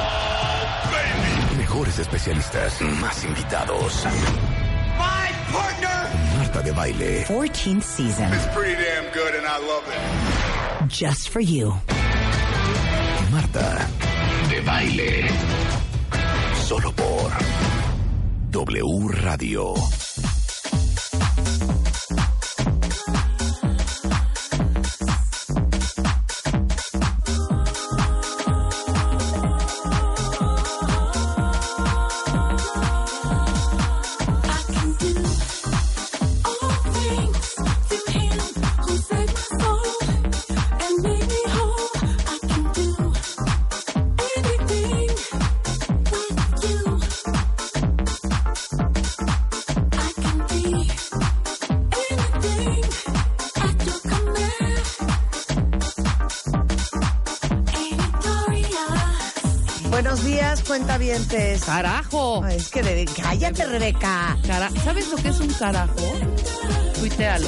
Mejores especialistas. Más invitados. My partner Marta de Baile. 14th Season, is pretty damn good and I love it. Just for You. Marta de Baile. Solo por W Radio. I can do all things through Him who saved my soul and made me whole. I can do anything with you. I can be anything at your command. Ain't it glorious? Buenos días, cuentavientes. Carajo. Ay, Es que Rebe- cállate, Rebeca. Cara- ¿Sabes lo que es un carajo? Tuitealo.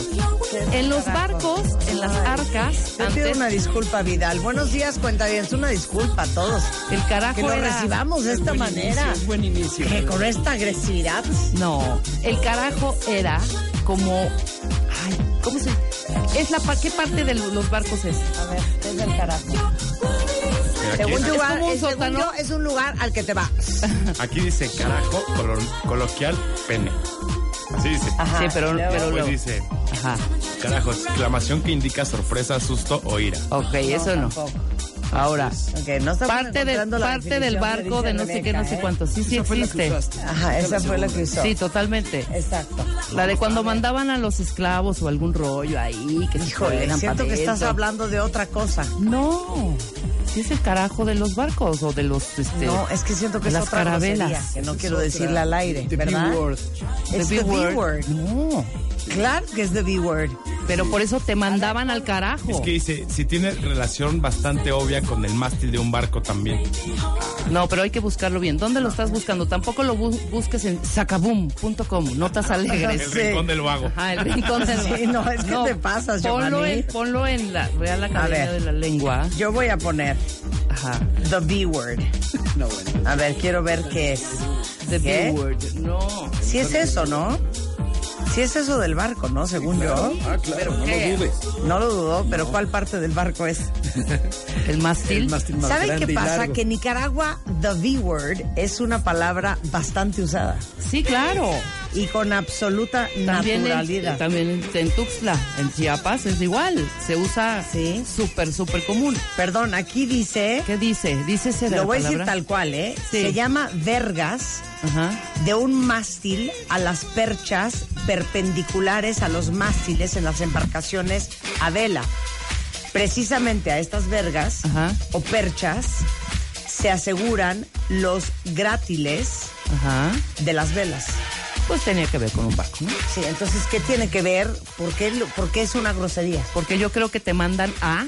En los barcos, en las arcas, Yo pido antes, una disculpa, Vidal. Buenos días, cuentavientes. Una disculpa a todos. el carajo Que lo era- recibamos de esta manera. buen inicio. Eh, Que con esta agresividad. No, el carajo era como... Ay, ¿cómo se...? Es la pa- ¿Qué parte de los barcos es? A ver, es el carajo. Aquí, Según yo, Es va- como un es- según sótano. yo, es un lugar al que te vas. aquí dice carajo colo- coloquial pene. Así dice. sí, pero... y luego- pero Después lo- dice Ajá. carajo, exclamación que indica sorpresa, susto o ira. Ok, eso no. Tampoco. Ahora, Ok, no estamos parte, del encontrando la parte del definición barco que de dice no sé qué, no Rebeca, sé ¿eh? cuánto. Sí, sí existe. Ajá, esa fue la que usó. Sí, totalmente. Exacto. La de cuando mandaban a los esclavos o algún rollo ahí, que se Híjole, fueran siento pa' que estás dentro. hablando de otra cosa. No, si es el carajo de los barcos o de los este, No, es que siento que es las otra carabelas. grosería, que no quiero decirla al aire, ¿verdad? The Es B the B word. word. No, Claro que es the B word. pero por eso te mandaban al carajo. Es que dice, si tiene relación bastante obvia con el mástil de un barco también. No, pero hay que buscarlo bien. ¿Dónde lo estás buscando? Tampoco lo bu- busques en sacaboom.com, notas El alegres. Sí. rincón del vago. Ajá, el rincón del- Sí, no, es que te pasas, ponlo Giovanni. en, ponlo en la Real Academia de ver. la Lengua. Yo voy a poner Ajá. the B word. A ver, quiero ver qué es. The ¿Qué? B word. No. Si es eso, ¿no? Si es eso del barco, ¿no? Según yo. ¿Qué? No lo dudo, pero ¿cuál parte del barco es? El mástil. ¿Saben qué pasa? Que en Nicaragua, the B word es una palabra bastante usada Sí, claro. y con absoluta También en, naturalidad. también en- en Tuxtla, en Chiapas es igual. Se usa Sí. súper, súper común. Perdón, aquí dice, ¿Qué dice? Dice ese de lo la voy a decir palabra. tal cual, ¿eh? Sí. Se llama vergas Ajá. de un mástil a las perchas perpendiculares a los mástiles en las embarcaciones a vela. Precisamente a estas vergas Ajá. o perchas se aseguran los grátiles Ajá. de las velas. Pues tenía que ver con un barco, ¿no? Sí, entonces, ¿qué tiene que ver? ¿Por qué, lo- por qué es una grosería? Porque yo creo que te mandan a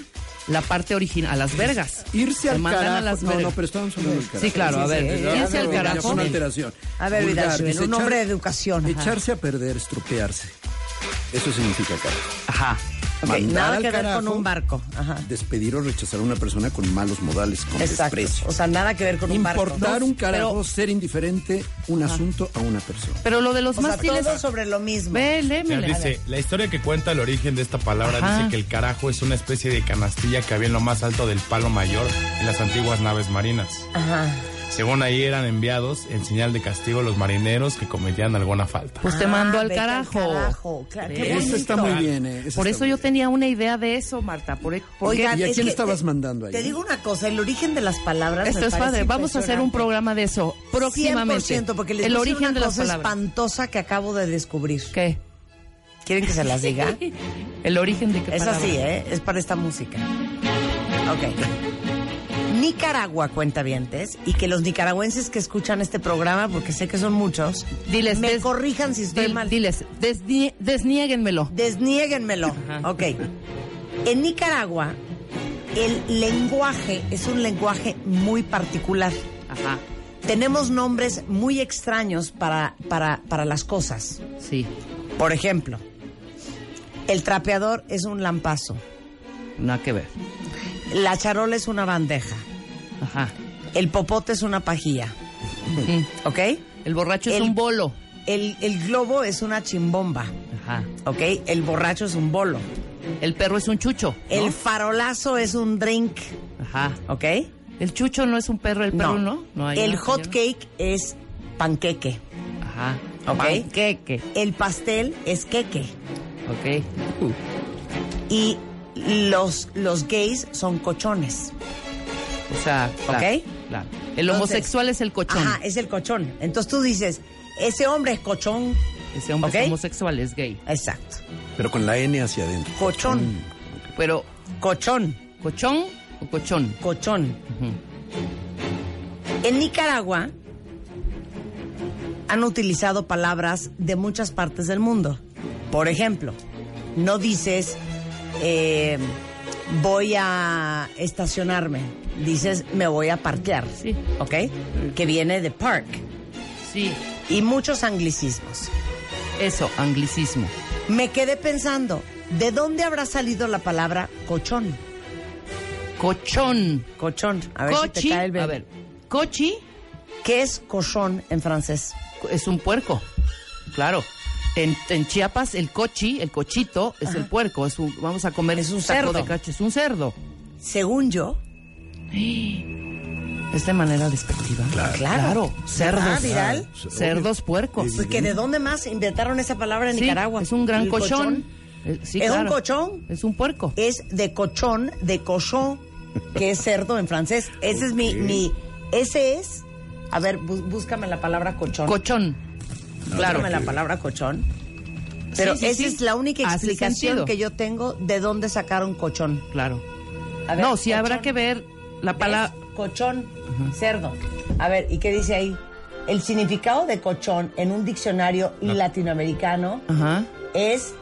la parte original, a las vergas. Irse te al mandan carajo. a las no, vergas. no, pero estábamos hablando del carajo. Sí, claro, a ver. sí, irse al Ya fue carajo. una alteración. A ver, Vulgar, Vidal, dice un echar- hombre de educación. ajá. Echarse a perder, estropearse. Eso significa carajo. Ajá. Ok, Mandar nada al que ver con carajo, un barco. Ajá. Despedir o rechazar a una persona con malos modales, con Exacto. desprecio. O sea, nada que ver con un barco. Importar un carajo, pero- ser indiferente, un asunto a una persona. Pero lo de los O sea, mástiles. todo sobre lo mismo. Ve, O sea, lémela. dice, la historia que cuenta el origen de esta palabra Ajá. dice que el carajo es una especie de canastilla que había en lo más alto del palo mayor en las antiguas naves marinas. Ajá. Según ahí eran enviados en señal de castigo los marineros que cometían alguna falta. Pues te mando Ah, al vete carajo. carajo. Claro, qué Eso Eso bonito. Oh, está muy bien, ¿eh? Eso Por está eso muy yo bien. tenía una idea de eso, Marta. Por, e- por Oigan, ¿Y a es quién que estabas te- mandando ahí? Te digo una cosa, el origen de las palabras. eh, Esto me es parece padre. Vamos a hacer un impresionante. programa de eso próximamente. 100% porque les el voy a decir origen una de las cosa palabras. espantosa que acabo de descubrir. ¿Qué? ¿Quieren que se las diga? El origen de qué es palabra. así, ¿eh? Es para esta música. Ok. Nicaragua, cuentavientes, y que los nicaragüenses que escuchan este programa, porque sé que son muchos, Diles, me des- corrijan si estoy Dil- mal. Diles, desnie- desniéguenmelo. Desniéguenmelo. Ajá. Ok. En Nicaragua, el lenguaje es un lenguaje muy particular. Ajá, Tenemos nombres muy extraños para, para, para las cosas. sí. Por ejemplo, el trapeador es un lampazo, Nada que ver. la charola es una bandeja, Ajá. el popote es una pajilla, Ujú. ¿ok? El borracho es El- un bolo. El, el globo es una chimbomba, Ajá. ¿ok? El borracho es un bolo, El perro es un chucho. ¿no? el farolazo es un drink, Ajá. ¿ok? El chucho no es un perro, el perro no. no hay el una hot señora. cake es panqueque, Ajá. Ok. Panqueque. el pastel es queque Ok. Uh, y los, los gays son cochones. o sea, claro, claro. El Entonces- homosexual es el cochón. Ajá, es el cochón. Entonces tú dices, ese hombre es cochón. Ese hombre ¿Ok? es homosexual, es gay. Exacto. Pero con la N hacia adentro. Cochón. Pero, Mm. Cochón. ¿cochón o cochón? Cochón. Ujú. En Nicaragua han utilizado palabras de muchas partes del mundo. Por ejemplo, no dices eh, voy a estacionarme, dices me voy a parquear. Sí. ¿Ok? Que viene de park. Sí. Y muchos anglicismos. Eso, anglicismo. Me quedé pensando, ¿de dónde habrá salido la palabra cochón? Cochón. Cochón. A ver si te Cochi. cae el a veinte. ver. Cochi ¿Qué es cochón en francés? es un puerco. Claro. En, en Chiapas el cochi, el cochito, es el puerco. Es un, vamos a comer Es un taco cerdo. de cacho. Es un cerdo. Según yo, Es de manera despectiva. Claro. Cerdos. Ah, viral. Cerdos puercos. pues que de dónde más inventaron esa palabra en Sí, Nicaragua. Es un gran El cochón. Eh, sí, ¿Es un claro. cochón? Es un puerco. Es de cochón, de cochón, que es cerdo en francés. Ese es mi, mi, ese es, a ver, bú- búscame la palabra cochón. Cochón. Claro. Búscame la palabra cochón. Pero Sí, sí, esa sí. es la única Hace explicación sentido. que yo tengo de dónde sacaron cochón. Claro. A ver, no, sí habrá cochón. que ver la palabra. Es cochón, cerdo. A ver, ¿y qué dice ahí? El significado de cochón en un diccionario latinoamericano Ajá. es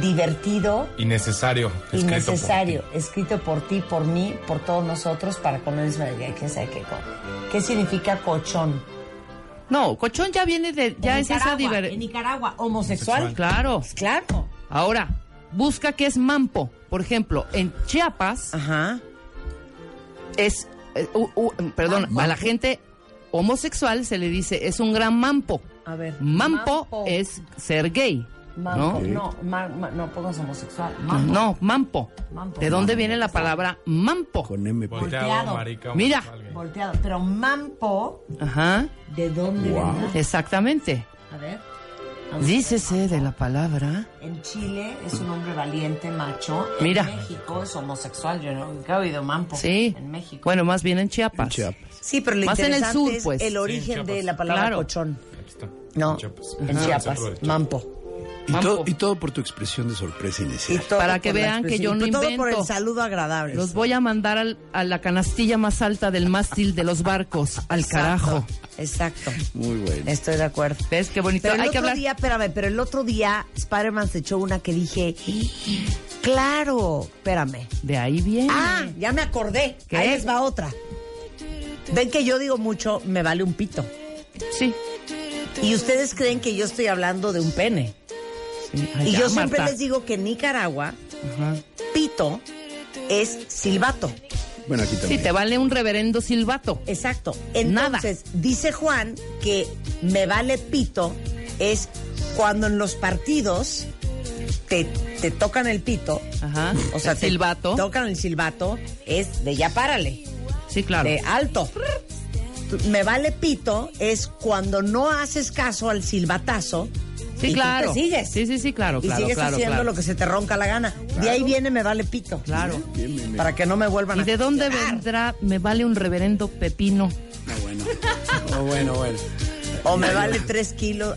divertido, Innecesario. escrito por- innecesario, escrito por ti, por mí, por todos nosotros, para con la misma idea, quién sabe qué. co- ¿Qué significa cochón? No, cochón ya viene de. Ya En es esa Nicaragua, En diver. Nicaragua, homosexual. Pues Claro. Claro. Ahora, busca qué es mampo. Por ejemplo, en Chiapas Ajá. es. eh, u- u- perdón, a la gente homosexual se le dice es un gran mampo. A ver. Mampo, es ser gay. Mampo, ¿no? Pues no, ma- ma- no pongas homosexual. No, Mampo. mampo. Mampo. ¿De dónde viene la palabra mampo? Con MP. Volteado, Volteado. marica. Mira. homosexual, gay. Volteado. Pero mampo, Ajá, ¿de dónde vendrá? exactamente. A ver. Dícese de la palabra. En Chile es un hombre valiente, macho. Mira. En México es homosexual. Yo nunca he oído mampo. Sí. En México. Bueno, más bien en Chiapas. En Chiapas. sí, pero lo más en el interesante sur, es pues. el Sí, origen en de Chiapas. la palabra Claro. cochón. Aquí está. No, Chiapas. Ah, en Chiapas, Centro de mampo. Y Mampo. todo, y todo por tu expresión de sorpresa inicial. todo Para que por la vean que yo expresión- no y Todo por el invento. saludo agradable. Los voy a mandar al- a la canastilla más alta del mástil de los barcos. Al carajo. Exacto. Muy bueno. Estoy de acuerdo. ¿Ves qué bonito? Pero el Hay otro que hablar. día, espérame, pero el otro día Spider-Man se echó una que dije, claro, espérame. De ahí viene. Ah, ya me acordé. ¿Qué? Ahí les va otra. Ven que yo digo mucho, me vale un pito. sí. Y ustedes creen que yo estoy hablando de un pene. Sí. Ay, y ya, yo siempre Marta. les digo que en Nicaragua, Ajá. pito es silbato. Bueno, aquí Sí, también. te vale un reverendo silbato. Exacto. Nada. Entonces, dice Juan que me vale pito es cuando en los partidos te, te tocan el pito. Ajá. O sea, El te silbato. tocan el silbato, es de ya párale, Sí, claro. de alto. Tú- Me vale pito es cuando no haces caso al silbatazo. y Sí, tú claro. te sigues. Sí, sí, sí, claro, Y claro, sigues claro, haciendo claro. lo que se te ronca la gana. De ahí viene me vale pito. Claro. Bien, bien, bien. Para que no me vuelvan ¿Y a de dónde cuestionar. vendrá? Me vale un reverendo pepino. Ah, bueno. Ah, bueno, bueno. O me vale tres kilos.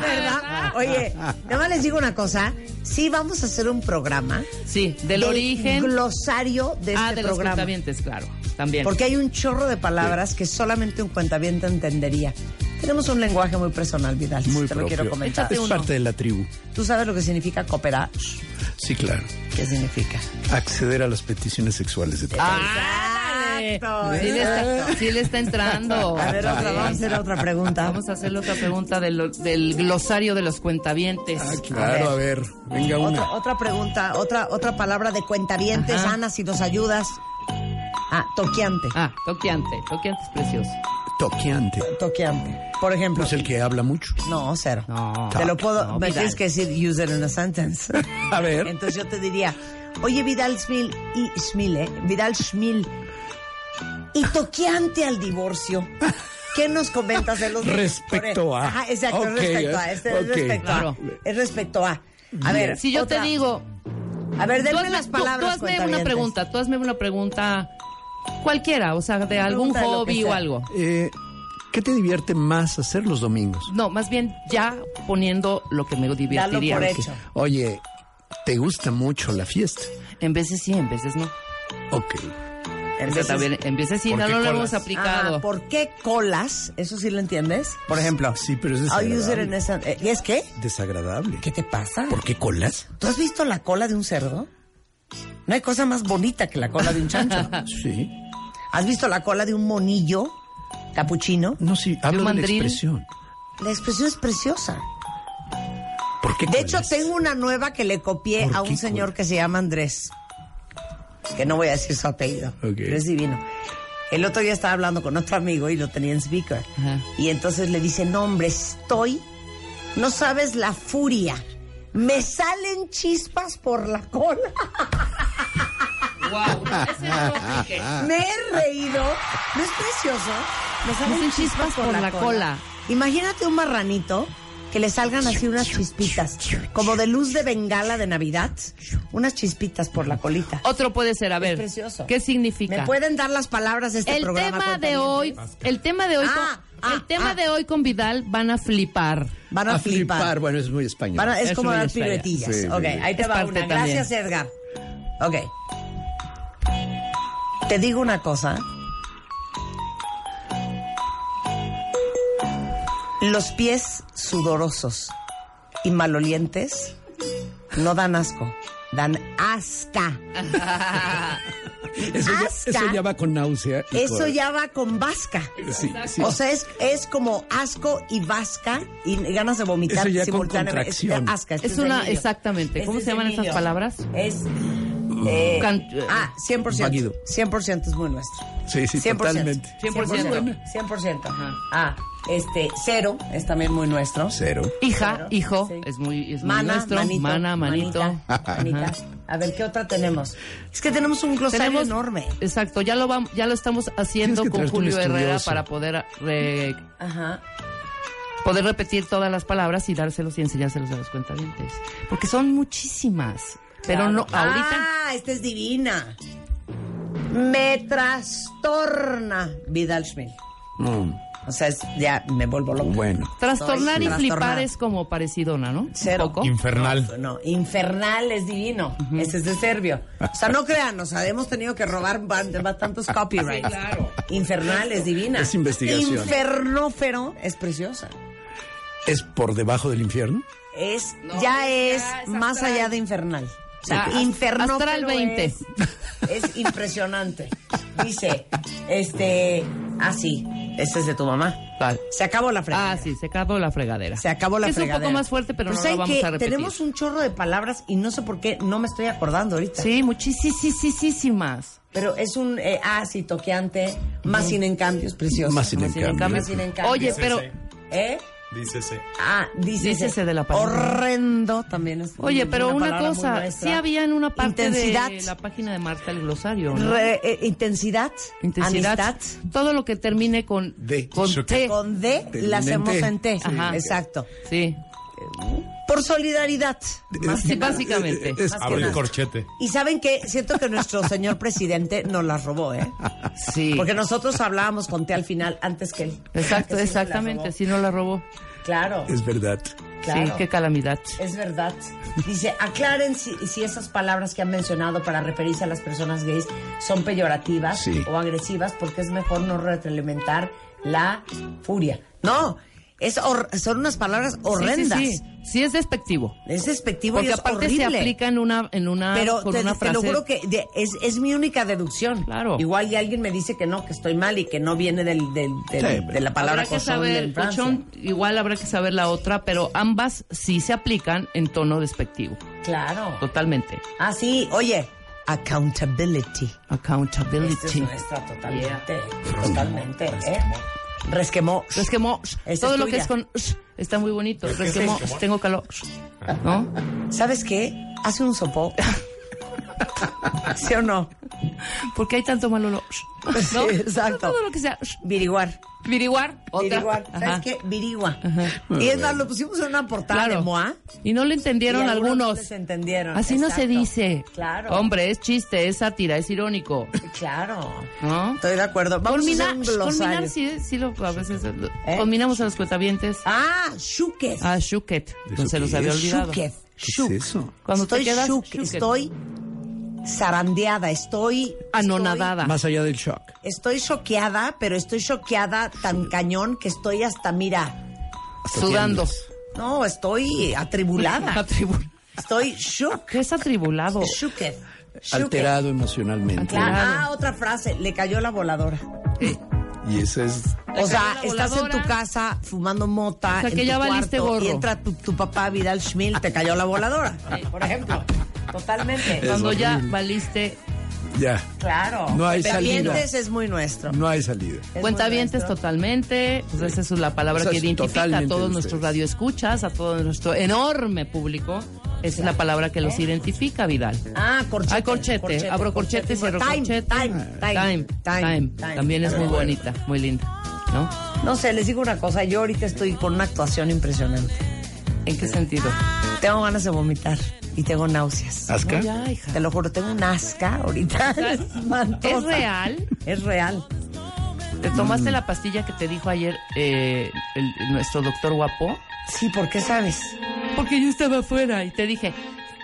¿verdad? Oye, nada más les digo una cosa. Sí, vamos a hacer un programa. Sí, del origen glosario de ah, este de los programa. cuentavientes, claro. También. Porque hay un chorro de palabras que solamente un cuentaviente entendería. Tenemos un lenguaje muy personal, Vidal. Muy te propio. lo quiero comentar. Es parte de la tribu. ¿Tú sabes lo que significa cooperar? Sí, claro. ¿Qué significa? Acceder a las peticiones sexuales de todos. ¡Ah! Exacto. Sí le está, sí le está entrando. A ver, otra, vamos a hacer otra pregunta. Vamos a hacerle otra pregunta de lo- del glosario de los cuentavientes. Ah, Claro, a ver. Venga Otra, una. otra pregunta, otra, otra palabra de cuentavientes, Ajá. Ana, si nos ayudas. Ah, toqueante. Ah, toqueante. Toqueante es precioso. Toqueante. Toqueante. Por ejemplo. No es el que habla mucho. No, cero. No. Te lo puedo, No, me Vidal. tienes que decir use it in a sentence. A ver. Entonces yo te diría, oye Vidal Schmil y Schmil, eh, Vidal Schmil y toqueante al divorcio. ¿Qué nos comentas de los Respecto a. Ajá, exacto, Ok, respecto a. Este es ok. respecto Claro. a. Es respecto a. A ver, Si yo otra. te digo, A ver, tú denme hazme, las tú- palabras. tú hazme una cuentavientes. pregunta, tú hazme una pregunta cualquiera, o sea, de algún Pregunta de lo que hobby o sea. algo. Eh, ¿Qué te divierte más hacer los domingos? No, más bien ya poniendo lo que me Dalo divertiría. por porque- hecho. Oye, ¿te gusta mucho la fiesta? En veces sí, en veces no. Ok. Eso también, en veces sí, ¿por no qué lo hemos colas? aplicado. Ah, ¿Por qué colas? ¿Eso sí lo entiendes? Por ejemplo. Sí, pero es I'll use it in desagradable. a sen- eh, ¿Y es qué? Desagradable. ¿Qué te pasa? ¿Por qué colas? ¿Tú has visto la cola de un cerdo? No hay cosa más bonita que la cola de un chancho. Sí. ¿Has visto la cola de un monillo capuchino? No, sí, hablo de la mandril? expresión. La expresión es preciosa. ¿Por qué De hecho, colas? tengo una nueva que le copié ¿Por a qué un señor cola? que se llama Andrés. Que no voy a decir su apellido, Ok. pero es divino. El otro día estaba hablando con otro amigo y lo tenía en speaker. Ajá. Y entonces le dice, no hombre, estoy, no sabes la furia. Me salen chispas por la cola. Guau, ese no lo apliqué. Me he reído. ¿No es precioso? Me salen Dicen chispas por la cola. Imagínate un marranito que le salgan así unas chispitas, como de luz de bengala de Navidad, unas chispitas por la colita. Otro puede ser, a ver. precioso. ¿Qué significa? ¿Me pueden dar las palabras de este el programa? tema de cuentavientes? hoy, el tema de hoy, Ah, con, ah, el tema ah. de hoy con Vidal van a flipar. Van a, flipar. Bueno, es muy español. Van a- es Eso como me dar gustaría. piruetillas. Sí, ok, sí, sí. ahí te Es va parte una. también. Gracias, Edgar. Ok. Te digo una cosa. Los pies sudorosos y malolientes no dan asco, dan asca. eso, ya, asca. eso ya va con náusea. y Eso con- ya va con vasca. Sí, sí. O sea, es, es como asco y vasca y ganas de vomitar Eso ya con simultáneamente. Es Este contracción. asca, este Es una- delirio. exactamente. ¿Cómo se llaman delirio. esas palabras? Es. Mm. eh, Can- ah, 100%. Vaguido. 100% es muy nuestro. sí, sí, 100%. totalmente. 100%. 100%. Ah, este, cero es también muy nuestro. Cero. Hija, Claro, hijo, sí. es muy es muy Mana, nuestro. manito, mana, manito. manita, manita. Ajá. A ver, ¿qué otra tenemos? Es que tenemos un glosario Tenemos enorme. Exacto, ya lo vamos, ya lo estamos haciendo Tienes que con traerte un Julio Herrera estudioso. para poder re- Ajá. poder repetir todas las palabras y dárselos y enseñárselos a los cuentavientes, porque son muchísimas, pero no ahorita Ah, esta es divina. Me trastorna Vidal Schmil. Mm, O sea, es- ya me vuelvo loco. bueno. trastornar Estoy y flipar trastornada. es como parecidona, ¿no? Cero. Un poco. Infernal. No, infernal es divino. Ese es de serbio. O sea, no crean, o sea, hemos tenido que robar ba- ba- tantos copyrights. claro. Infernal es divina. Es investigación. Infernófero es preciosa. ¿Es por debajo del infierno? Es, No, ya ya es, es más astral. allá de infernal. O sea, Ah, infernófero astral 20. Es, es impresionante. Dice, este, así, este es de tu mamá. Vale. Se acabó la frase. Ah, sí, se acabó la fregadera. Se acabó la Es un fregadera. poco más fuerte, pero Pues no hay lo vamos que- a repetir. Tenemos un chorro de palabras y no sé por qué no me estoy acordando ahorita. Sí, muchísimas. Pero es un eh, ah, sí, toqueante, más sin en cambio, es precioso. Más sin en en cambio. Más sin en cambio. Oye, pero ¿Eh? Dícese. Ah, dícese. Dícese de la palabra. Horrendo también es. Oye, pero una, palabra muy cosa, nuestra. sí había en una parte Intensidad. de la página de Marta el glosario, ¿no? Re- eh, intensidad. Intensidad. Amistad. Todo lo que termine con De. con Suque. T. Con D Termina la en hacemos T. en T. Sí. Ajá. Exacto. Sí. Por solidaridad. Más Sí, que nada. básicamente. Eh, Es- Más que Abre el nada. corchete. Y saben que siento que nuestro señor presidente nos las robó, ¿eh? Sí. Porque nosotros hablábamos con T al final antes que él. Exacto, Que sí nos la exactamente, robó. si no la robó. Claro. Es verdad. Claro. Sí, qué calamidad. Es verdad. Dice, aclaren si, si esas palabras que han mencionado para referirse a las personas gays son peyorativas Sí. o agresivas, porque es mejor no retroalimentar la furia. No, es hor- son unas palabras horrendas. Sí, sí, sí. Sí es despectivo. Es despectivo y Porque es aparte horrible. se aplica en una, en una, Pero con te, una te frase. lo juro que de- es, es mi única deducción. Claro. Igual y alguien me dice que no, que estoy mal y que no viene del, del- del- Sí, pero- de la palabra habrá que cochón saber, en Francia. cochón, igual habrá que saber la otra, pero ambas sí se aplican en tono despectivo. Claro. Totalmente. Ah, sí, oye, accountability. Esta Este es Accountability. nuestra totalmente, totalmente, ¿eh? Resquemó. Resquemó. Esa es Todo lo tuya. que es con sh, está muy bonito. Resquemó. Tengo calor. ¿No? ¿Sabes qué? Hace un sopó. ¿Sí o no? ¿Por qué hay tanto malo olor? ¿No? Sí, exacto. Todo lo que sea. sh. Viriguar. Viriguar. Otra. Viriguar. ¿Sabes Ajá. qué? Virigua. Y es más, lo pusimos en una portada de Moa. Y no le entendieron Y algunos algunos. desentendieron, Así no se exacto. dice. Claro. Hombre, es chiste, es sátira, es irónico. Claro. ¿No? Estoy de acuerdo. Vamos a Conminar, hacer un conminar glosario. sí, sí lo, a veces lo- ¿Eh? conminamos a los cuentavientes. Ah, shuques. A Shuket. No se los qué había es? olvidado. Shuques. ¿Qué es eso? Cuando te estoy quedas, shook, shuket. estoy zarandeada, estoy Ah. anonadada. Más allá del shock. Estoy choqueada, pero estoy choqueada tan cañón que estoy hasta, mira, sudando. no, estoy atribulada. Atribu- Estoy shook, ¿Qué es atribulado? shooked. shooked. Alterado emocionalmente. Claro. Ah, otra frase, le cayó la voladora. Y ese es. O sea, la estás en tu voladora. casa fumando mota O sea, en que tu ya valiste cuarto, gorro. y entra tu, tu papá Vidal Schmil, te cayó la voladora, por ejemplo. Totalmente. Cuando ya valiste Ya. Claro. No hay Cuentavientes salida. es muy nuestro. No hay salida. Es Cuentavientes muy nuestro. totalmente, pues esa es la palabra Esa que es identifica a totalmente todos de nuestros ustedes. radioescuchas, a todo nuestro enorme público. Esa es la palabra que los identifica, Vidal. ¿Eh? Ah, corchete. Ay, corchete. Abro corchete, cierro corchete. Ah, Time, time, Time, time. También es muy bonita, muy linda, ¿no? No sé, les digo una cosa. Yo ahorita estoy con una actuación impresionante. ¿En qué sentido? Tengo ganas de vomitar y tengo náuseas. ¿Asca? Ya, hija. Te lo juro, tengo un asca ahorita. sea, espantosa. ¿Es real? Es real. ¿Te tomaste la pastilla que te dijo ayer eh, el- nuestro doctor guapo? Sí, ¿por qué sabes? Porque yo estaba afuera y te dije,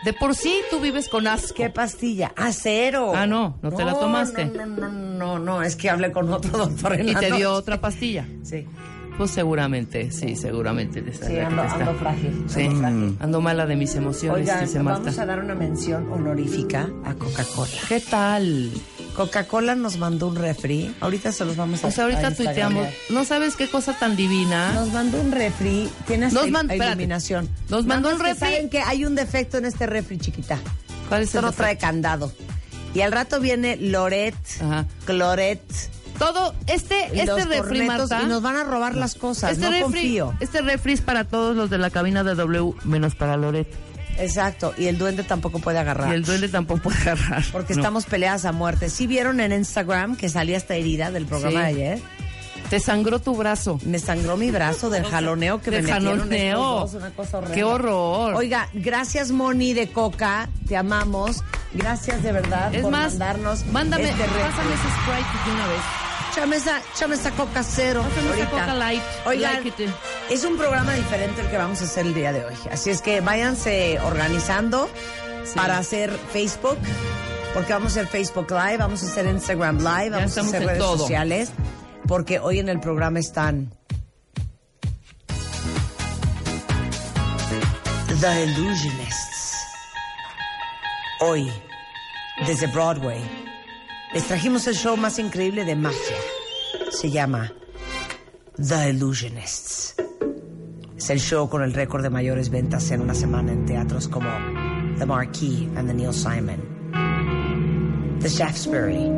de por sí tú vives con asco. ¿Qué pastilla? Ah, cero. Ah, no, no te la tomaste. No, no, no, no, no, es que hablé con otro doctor en Y la te dio noche. otra pastilla. Sí, Pues seguramente, sí, seguramente. te sí, sale ando, que te está- ando frágil. Sí, mm, ando frágil. ando mala de mis emociones, Oigan, dice vamos a Marta. dar una mención honorífica a Coca-Cola. ¿Qué tal? Coca-Cola nos mandó un refri. Ahorita se los vamos a O sea, ahorita a tuiteamos. instagramear. ¿No sabes qué cosa tan divina? Nos mandó un refri. Tiene hasta Nos man- il- espérate. iluminación. Nos mandó Nada un más que refri. Saben que hay un defecto en este refri, chiquita. ¿Cuál es Esto el no defecto? trae candado. Y al rato viene Loret, Ajá. Cloret, Todo, este, y este los refri, cornetos, Marta. y nos van a robar las cosas. este, no refri, confío. este refri es para todos los de la cabina de W, menos para Loret. Exacto. Y el duende tampoco puede agarrar. Y el duende tampoco puede agarrar. Porque No. estamos peleadas a muerte. ¿Sí vieron en Instagram que salía esta herida del programa Sí. de ayer? Te sangró tu brazo. Me sangró mi brazo del jaloneo que Del me metieron jaloneo. estos dos, una cosa horrenda. ¡Qué horror! Oiga, gracias Moni de Coca, te amamos. Gracias de verdad es por más, mandarnos mándame, este re- pásame ese Sprite de una vez. Échame esa, échame esa Coca cero Pásame esa ahorita. Coca Light. Oigan, Like it. es un programa diferente el que vamos a hacer el día de hoy. Así es que váyanse organizando Sí. para hacer Facebook, porque vamos a hacer Facebook Live, vamos a hacer Instagram Live, vamos a estamos hacer en redes todo. sociales, porque hoy en el programa están... The Illusionists. Hoy, desde Broadway, les trajimos el show más increíble de magia. Se llama The Illusionists. Es el show con el récord de mayores ventas en una semana en teatros como The Marquee and the Neil Simon, The Shaftesbury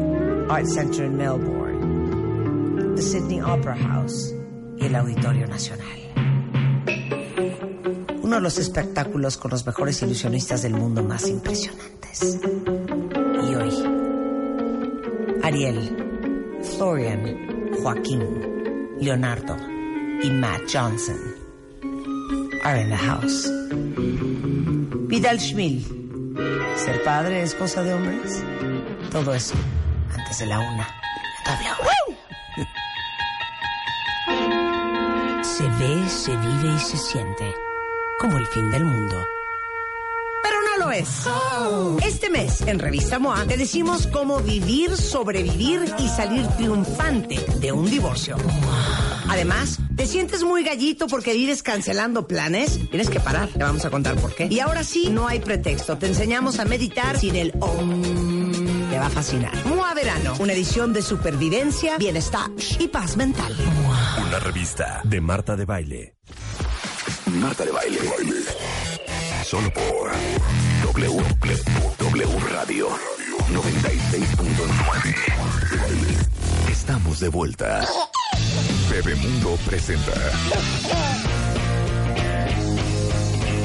Art Center in Melbourne, The Sydney Opera House y el Auditorio Nacional. Uno de los espectáculos con los mejores ilusionistas del mundo más impresionantes. Y hoy, Ariel, Florian, Joaquín, Leonardo y Matt Johnson are in the house. Vidal Schmil, ¿ser padre es cosa de hombres? Todo eso antes de la una. Se ve, se vive y se siente como el fin del mundo. Pero no lo es. Este mes, en Revista MOA, te decimos cómo vivir, sobrevivir y salir triunfante de un divorcio. Además, ¿te sientes muy gallito porque vives cancelando planes? Tienes que parar, te vamos a contar por qué. Y ahora sí, no hay pretexto. Te enseñamos a meditar sin el om. Te va a fascinar. MOA Verano, una edición de supervivencia, bienestar y paz mental. Una revista de Marta de Baile. Marta de Baile. Solo por W, w Radio 96.9. Estamos de vuelta. Bebemundo presenta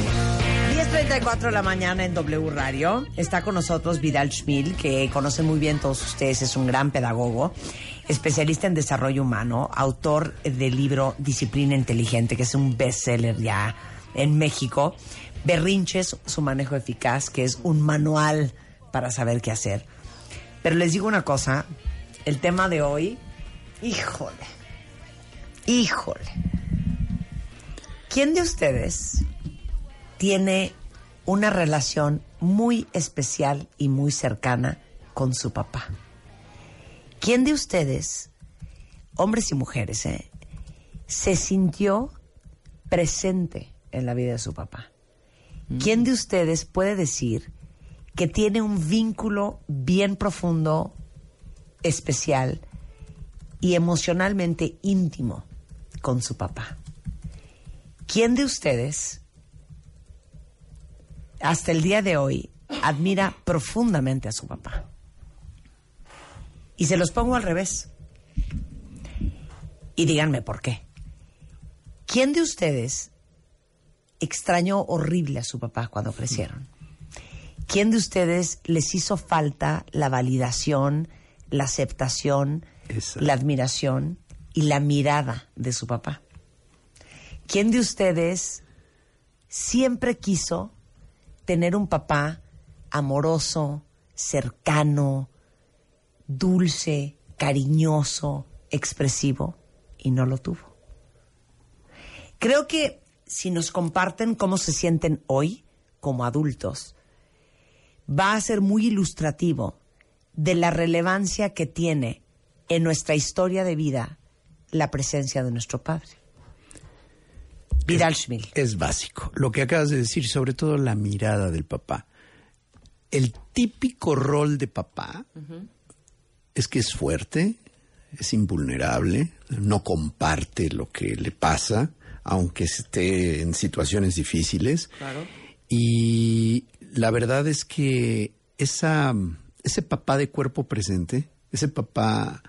10.34 de la mañana en W Radio. Está con nosotros Vidal Schmil, que conocen muy bien todos ustedes, es un gran pedagogo, especialista en desarrollo humano, autor del libro Disciplina Inteligente, que es un bestseller ya en México. Berrinches, su manejo eficaz, que es un manual para saber qué hacer. Pero les digo una cosa, el tema de hoy, híjole, híjole. ¿Quién de ustedes tiene una relación muy especial y muy cercana con su papá. ¿Quién de ustedes, hombres y mujeres, eh, se sintió presente en la vida de su papá? ¿Quién de ustedes puede decir que tiene un vínculo bien profundo, especial y emocionalmente íntimo con su papá? ¿Quién de ustedes hasta el día de hoy admira profundamente a su papá. Y se los pongo al revés. Y díganme por qué. ¿Quién de ustedes extrañó horrible a su papá cuando crecieron? ¿Quién de ustedes les hizo falta la validación, la aceptación, Esa. la admiración y la mirada de su papá? ¿Quién de ustedes siempre quiso tener un papá amoroso, cercano, dulce, cariñoso, expresivo y no lo tuvo. Creo que si nos comparten cómo se sienten hoy como adultos, va a ser muy ilustrativo de la relevancia que tiene en nuestra historia de vida la presencia de nuestro padre. Vidal Schmil. Es básico. Lo que acabas de decir, sobre todo la mirada del papá. El típico rol de papá es que es fuerte, es invulnerable, no comparte lo que le pasa, aunque esté en situaciones difíciles. Y la verdad es que esa, ese papá de cuerpo presente, ese papá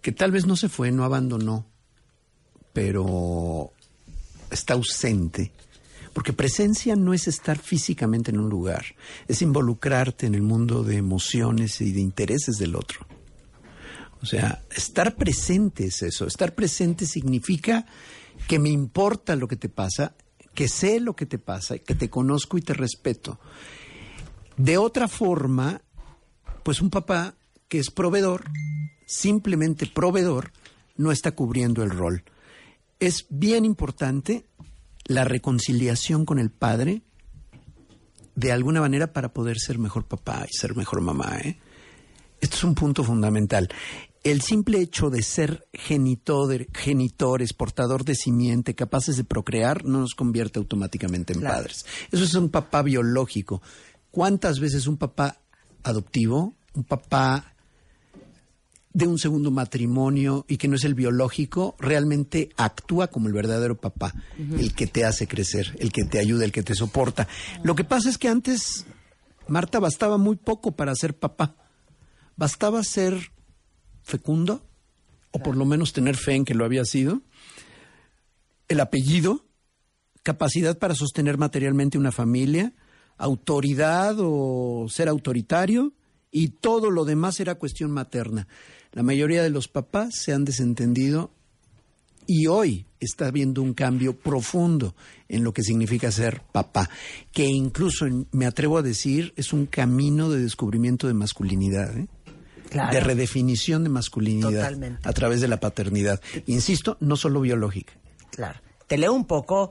que tal vez no se fue, no abandonó, pero está ausente. Porque presencia no es estar físicamente en un lugar, es involucrarte en el mundo de emociones y de intereses del otro. O sea, estar presente es eso. Estar presente significa que me importa lo que te pasa, que sé lo que te pasa, que te conozco y te respeto. De otra forma, pues un papá que es proveedor, simplemente proveedor, no está cubriendo el rol. Es bien importante la reconciliación con el padre de alguna manera para poder ser mejor papá y ser mejor mamá. ¿eh? Esto es un punto fundamental. El simple hecho de ser genitoder- genitores, portador de simiente, capaces de procrear, no nos convierte automáticamente en Claro. padres. Eso es un papá biológico. ¿Cuántas veces un papá adoptivo, un papá de un segundo matrimonio y que no es el biológico, realmente actúa como el verdadero papá, el que te hace crecer, el que te ayuda, el que te soporta. Lo que pasa es que antes, Marta, bastaba muy poco para ser papá. Bastaba ser fecundo, o por lo menos tener fe en que lo había sido, el apellido, capacidad para sostener materialmente una familia, autoridad o ser autoritario, y todo lo demás era cuestión materna. La mayoría de los papás se han desentendido y hoy está habiendo un cambio profundo en lo que significa ser papá, que incluso en- me atrevo a decir es un camino de descubrimiento de masculinidad. ¿eh? Claro. de redefinición de masculinidad Totalmente. a través de la paternidad. Insisto, no solo biológica. Claro. Te leo un poco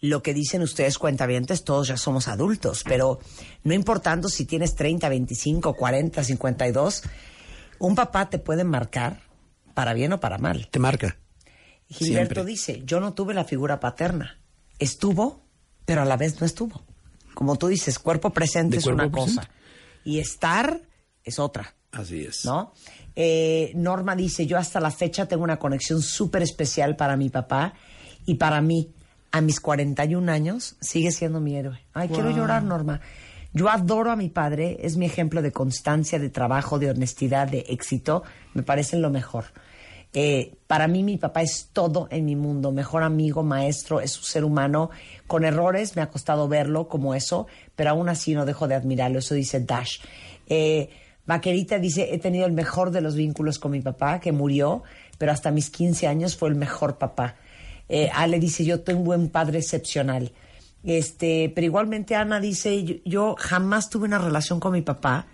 lo que dicen ustedes cuentavientes, todos ya somos adultos, pero no importando si tienes 30, 25, 40, 52, un papá te puede marcar para bien o para mal. Te marca. Gilberto Siempre. dice, yo no tuve la figura paterna. Estuvo, pero a la vez no estuvo. Como tú dices, cuerpo presente De es cuerpo una presente. cosa y estar es otra. Así es. ¿no? Eh, Norma dice, yo hasta la fecha tengo una conexión súper especial para mi papá y para mí, a mis 41 años, sigue siendo mi héroe. Ay, quiero llorar, Norma. Yo adoro a mi padre, es mi ejemplo de constancia, de trabajo, de honestidad, de éxito, me parecen lo mejor. Eh, para mí mi papá es todo en mi mundo, mejor amigo, maestro, es un ser humano. Con errores me ha costado verlo como eso, pero aún así no dejo de admirarlo, eso dice Dash. Eh, Vaquerita dice, he tenido el mejor de los vínculos con mi papá, que murió, pero hasta mis 15 años fue el mejor papá. Eh, Ale dice, yo tengo un padre excepcional. Este, pero igualmente Ana dice, yo, yo jamás tuve una relación con mi papá,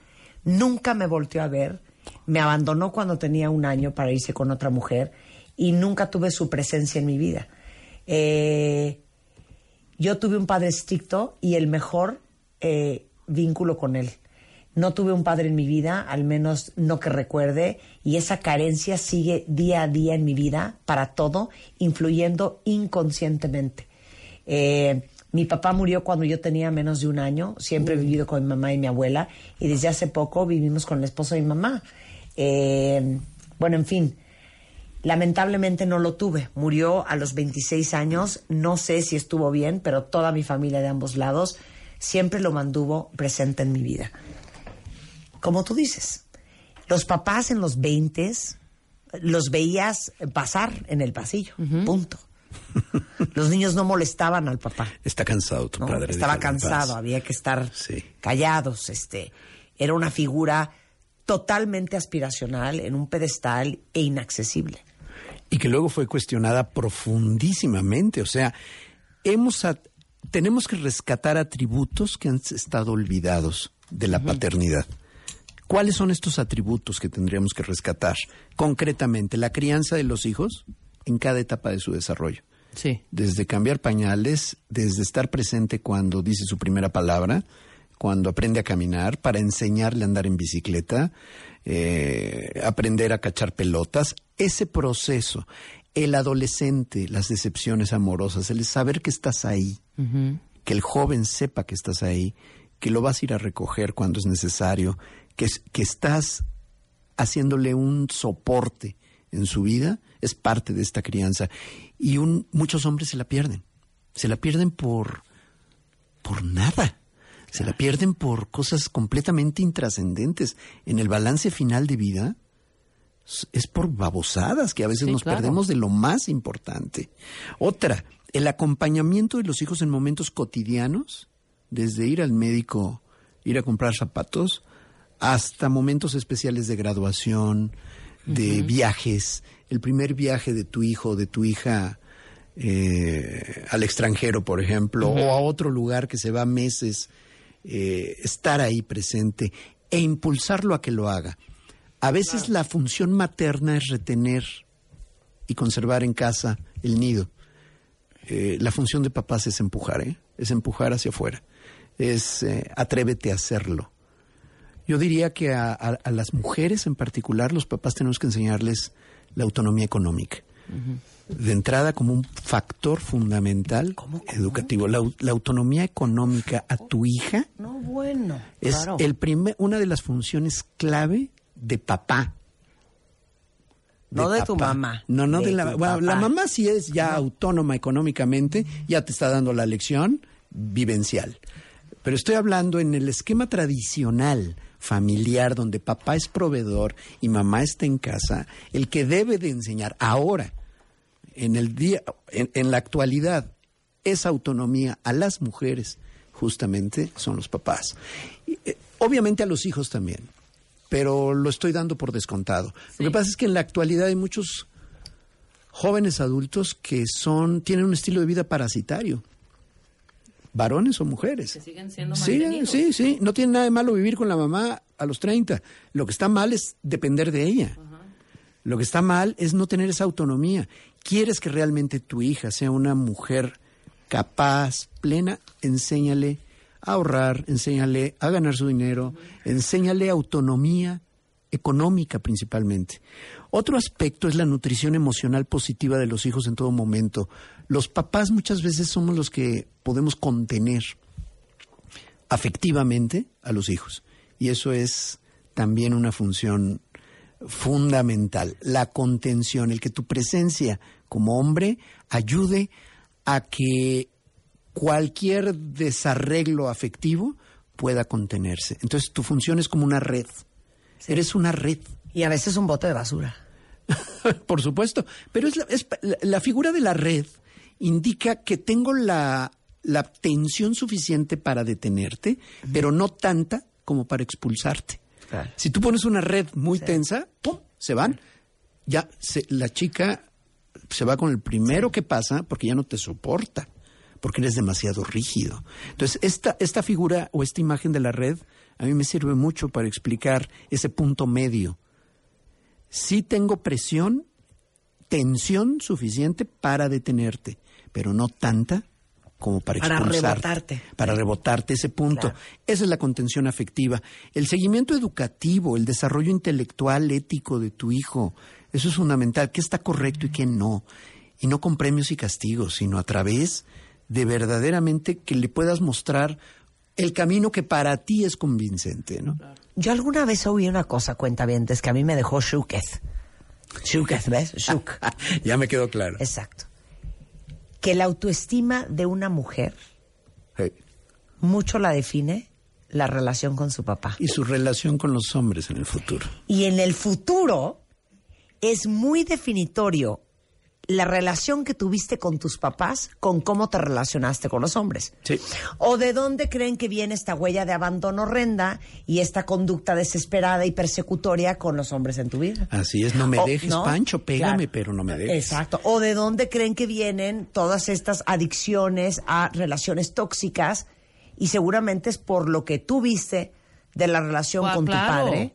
nunca me volteó a ver, me abandonó cuando tenía un año para irse con otra mujer y nunca tuve su presencia en mi vida. Eh, yo tuve un padre estricto y el mejor eh, vínculo con él. No tuve un padre en mi vida, al menos no que recuerde, y esa carencia sigue día a día en mi vida para todo, influyendo inconscientemente. Eh, mi papá murió cuando yo tenía menos de un año, siempre he vivido con mi mamá y mi abuela, y desde hace poco vivimos con el esposo de mi mamá. Eh, bueno, en fin, Lamentablemente no lo tuve. Murió a los 26 años. No sé si estuvo bien, pero toda mi familia de ambos lados siempre lo mantuvo presente en mi vida. Como tú dices, los papás en los 20 los veías pasar en el pasillo. Punto. Los niños no molestaban al papá. Está cansado tu ¿no? padre. Estaba déjalo en paz. cansado, había que estar Sí. callados, este, era una figura totalmente aspiracional en un pedestal e inaccesible. y que luego fue cuestionada profundísimamente. O sea, hemos a- tenemos que rescatar atributos que han estado olvidados de la paternidad. ¿Cuáles son estos atributos que tendríamos que rescatar? Concretamente, la crianza de los hijos en cada etapa de su desarrollo. Sí. Desde cambiar pañales, desde estar presente cuando dice su primera palabra, cuando aprende a caminar, para enseñarle a andar en bicicleta, eh, aprender a cachar pelotas, ese proceso. El adolescente, las decepciones amorosas, el saber que estás ahí, que el joven sepa que estás ahí, que lo vas a ir a recoger cuando es necesario, que, es- que estás haciéndole un soporte en su vida es parte de esta crianza y un- muchos hombres se la pierden se la pierden por por nada se la pierden por cosas completamente intrascendentes en el balance final de vida s- es por babosadas que a veces Sí, nos claro. perdemos de lo más importante otra el acompañamiento de los hijos en momentos cotidianos desde ir al médico ir a comprar zapatos hasta momentos especiales de graduación, de viajes, el primer viaje de tu hijo o de tu hija eh, al extranjero, por ejemplo, o a otro lugar que se va meses, eh, estar ahí presente e impulsarlo a que lo haga. A veces la función materna es retener y conservar en casa el nido eh, la función de papás es empujar, ¿eh? es empujar hacia afuera, es eh, atrévete a hacerlo. Yo diría que a, a- a las mujeres en particular, los papás tenemos que enseñarles la autonomía económica. De entrada, como un factor fundamental educativo, la, au- la autonomía económica a tu hija No, bueno. es claro. el primer, una de las funciones clave de papá. No de tu mamá, No, no de, de la tu bueno, La papá. mamá sí es ya autónoma económicamente, ya te está dando la lección vivencial. Pero estoy hablando en el esquema tradicional familiar donde papá es proveedor y mamá está en casa, el que debe de enseñar ahora en el día en, en la actualidad esa autonomía a las mujeres justamente son los papás Y, eh, obviamente a los hijos también pero lo estoy dando por descontado lo que pasa es que en la actualidad hay muchos jóvenes adultos que son tienen un estilo de vida parasitario varones o mujeres. siguen siendo sí, mantenidos. sí, sí. No tiene nada de malo vivir con la mamá a los 30. Lo que está mal es depender de ella. Lo que está mal es no tener esa autonomía. ¿Quieres que realmente tu hija sea una mujer capaz, plena, enséñale a ahorrar, enséñale a ganar su dinero, enséñale autonomía económica principalmente. Otro aspecto es la nutrición emocional positiva de los hijos en todo momento. Los papás muchas veces somos los que podemos contener afectivamente a los hijos y eso es también una función fundamental, la contención, el que tu presencia como hombre ayude a que cualquier desarreglo afectivo pueda contenerse. Entonces tu función es como una red. Eres una red, Y a veces un bote de basura. por supuesto, pero es la, es pa- la- la figura de la red indica que tengo la, la tensión suficiente para detenerte, pero no tanta como para expulsarte. Si tú pones una red muy tensa, ¡pum! Se van. Ya se- la chica se va con el primero que pasa porque ya no te soporta, porque eres demasiado rígido. Entonces, esta, esta figura o esta imagen de la red a mí me sirve mucho para explicar ese punto medio. Sí tengo presión, tensión suficiente para detenerte, pero no tanta como para Para expulsarte. rebotarte. Para rebotarte ese punto. Claro. Esa es la contención afectiva. El seguimiento educativo, el desarrollo intelectual, ético de tu hijo, eso es fundamental. ¿Qué está correcto y qué no? Y no con premios y castigos, sino a través de verdaderamente que le puedas mostrar el camino que para ti es convincente, ¿no? Yo alguna vez oí una cosa, cuenta que a mí me dejó shooketh. Shooketh, ¿ves? Shook. ya me quedó claro. Exacto. Que la autoestima de una mujer Hey. mucho la define la relación con su papá. Y su relación con los hombres en el futuro. Y en el futuro es muy definitorio la relación que tuviste con tus papás con cómo te relacionaste con los hombres. Sí. O de dónde creen que viene esta huella de abandono horrenda y esta conducta desesperada y persecutoria con los hombres en tu vida. Así es, no me O- dejes, Oh, ¿no? Pancho, pégame, Claro. Eh, pero no me dejes. Exacto. O de dónde creen que vienen todas estas adicciones a relaciones tóxicas y seguramente es por lo que tú viste de la relación Guau, con claro. tu padre,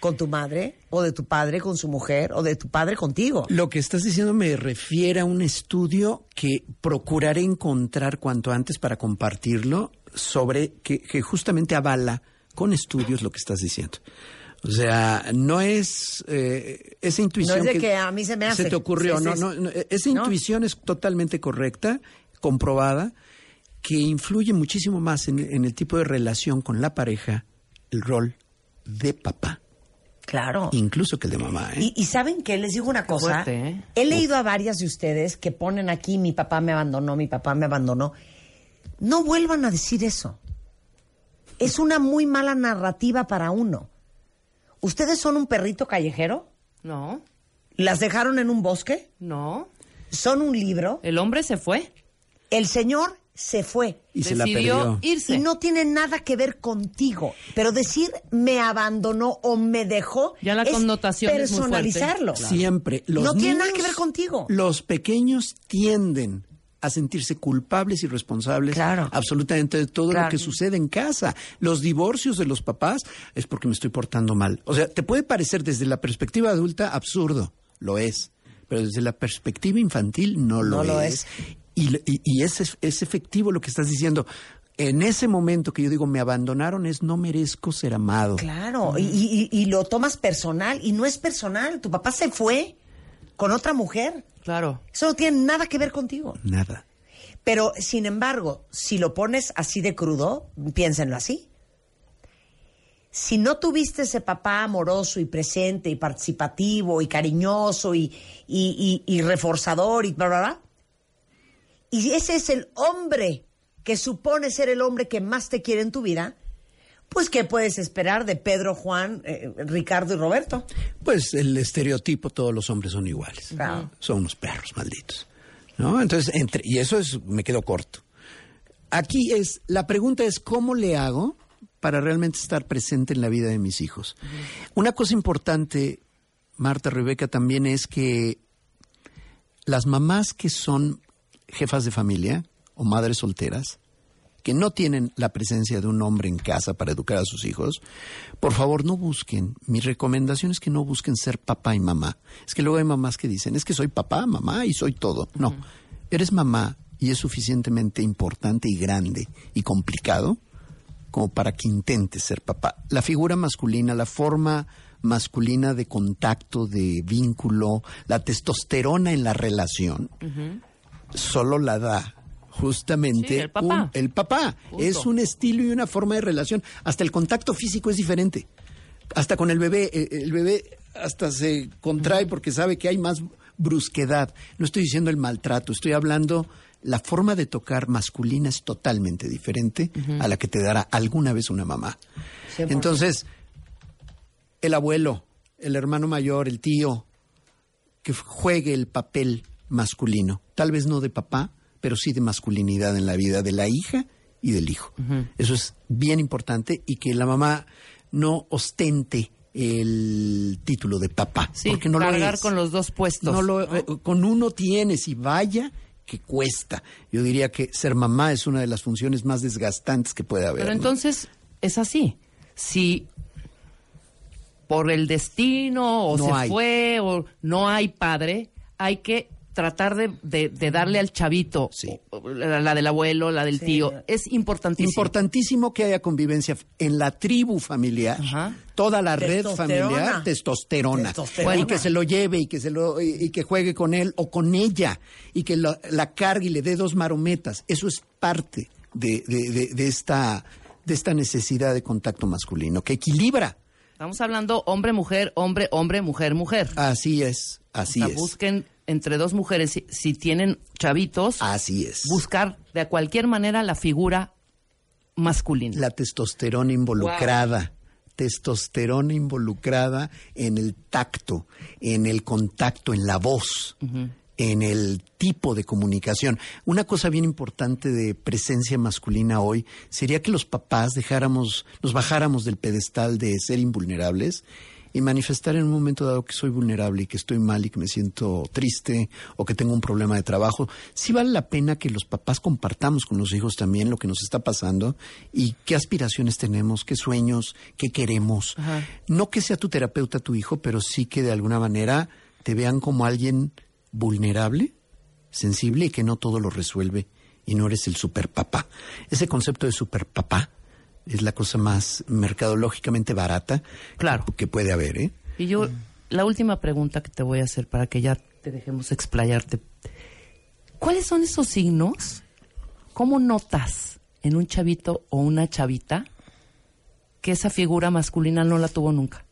con tu madre, o de tu padre con su mujer, o de tu padre contigo. Lo que estás diciendo me refiere a un estudio que procuraré encontrar cuanto antes para compartirlo sobre que, que justamente avala con estudios lo que estás diciendo. O sea, no es eh, esa intuición No es de que a mí se me hace. te ocurrió, Sí, no, sí, no, sí. no, esa No. intuición es totalmente correcta, comprobada, que influye muchísimo más en, en el tipo de relación con la pareja, el rol de papá, Claro. incluso que el de mamá. ¿eh? Y, y saben que les digo una cosa. fuerte, ¿eh? He leído a varias de ustedes que ponen aquí mi papá me abandonó, mi papá me abandonó. No vuelvan a decir eso. Es una muy mala narrativa para uno. ¿Ustedes son un perrito callejero? No, ¿Las dejaron en un bosque? no. ¿Son un libro? El hombre se fue. El señor se fue. Y se la Decidió perdió. irse. Y no tiene nada que ver contigo. Pero decir me abandonó o me dejó Ya la es connotación es muy fuerte. personalizarlo. Siempre. Los No tiene nada que niños, ver contigo. Los pequeños tienden a sentirse culpables y responsables Claro. absolutamente de todo Claro. lo que sucede en casa. Los divorcios de los papás es porque me estoy portando mal. O sea, te puede parecer desde la perspectiva adulta absurdo, lo es, pero desde la perspectiva infantil no lo, No lo es. Y, lo- y- y es, es efectivo lo que estás diciendo. En ese momento que yo digo me abandonaron es no merezco ser amado. Claro, y, y- y lo tomas personal, y no es personal. Tu papá se fue con otra mujer. Claro. Eso no tiene nada que ver contigo. Nada. Pero, sin embargo, si lo pones así de crudo, piénsenlo así. Si no tuviste ese papá amoroso y presente y participativo y cariñoso y, y- y- y reforzador y bla, bla, bla, y ese es el hombre que supone ser el hombre que más te quiere en tu vida, pues ¿qué puedes esperar de Pedro, Juan, eh, Ricardo y Roberto? Pues el estereotipo, todos los hombres son iguales. Claro. Son unos perros malditos. ¿No? Entonces, entre, y eso es, me quedo corto. Aquí es, la pregunta es, ¿cómo le hago para realmente estar presente en la vida de mis hijos? Una cosa importante, Marta, Rebeca, también es que las mamás que son jefas de familia o madres solteras, que no tienen la presencia de un hombre en casa para educar a sus hijos, por favor no busquen. Mi recomendación es que no busquen ser papá y mamá. Es que luego hay mamás que dicen, es que soy papá, mamá y soy todo. No, eres mamá y es suficientemente importante y grande y complicado como para que intente ser papá. La figura masculina, la forma masculina de contacto, de vínculo, la testosterona en la relación, solo la da justamente Sí, el papá. un- el papá. Punto. Es un estilo y una forma de relación. Hasta el contacto físico es diferente. Hasta con el bebé, eh, el bebé hasta se contrae porque sabe que hay más brusquedad. No estoy diciendo el maltrato, estoy hablando la forma de tocar masculina es totalmente diferente a la que te dará alguna vez una mamá. 100%. Entonces, el abuelo, el hermano mayor, el tío, que juegue el papel masculino, tal vez no de papá, pero sí de masculinidad en la vida de la hija y del hijo. Eso es bien importante y que la mamá no ostente el título de papá, Sí, porque no lo cargar es. con los dos puestos. No lo- eh, con uno tienes y vaya que cuesta. Yo diría que ser mamá es una de las funciones más desgastantes que puede haber. Pero ¿no? entonces es así. Si por el destino o No se hay. fue o no hay padre, hay que tratar de, de- de darle al chavito, Sí. o- o la, la del abuelo, la del tío. Es importantísimo. Importantísimo que haya convivencia f- en la tribu familiar, Ajá. toda la red Testosterona. familiar, testosterona. Testosterona. Y que se lo lleve y que se lo y, y que juegue con él o con ella y que lo- la cargue y le dé dos marometas. Eso es parte de, de- de- de esta de esta necesidad de contacto masculino que equilibra. Estamos hablando hombre, mujer, hombre, hombre, mujer, mujer. Así es, así O sea, es, Busquen entre dos mujeres, si, si tienen chavitos, así es. buscar de cualquier manera la figura masculina. la testosterona involucrada. Testosterona involucrada en el tacto, en el contacto, en la voz, en el tipo de comunicación. Una cosa bien importante de presencia masculina hoy sería que los papás dejáramos, nos bajáramos del pedestal de ser invulnerables y manifestar en un momento dado que soy vulnerable y que estoy mal y que me siento triste o que tengo un problema de trabajo, sí vale la pena que los papás compartamos con los hijos también lo que nos está pasando y qué aspiraciones tenemos, qué sueños, qué queremos. No que sea tu terapeuta tu hijo, pero sí que de alguna manera te vean como alguien vulnerable, sensible y que no todo lo resuelve y no eres el superpapá. Ese concepto de superpapá es la cosa más mercadológicamente barata Claro. que puede haber, ¿eh? Y yo, la última pregunta que te voy a hacer para que ya te dejemos explayarte. ¿Cuáles son esos signos? ¿Cómo notas en un chavito o una chavita que esa figura masculina no la tuvo nunca?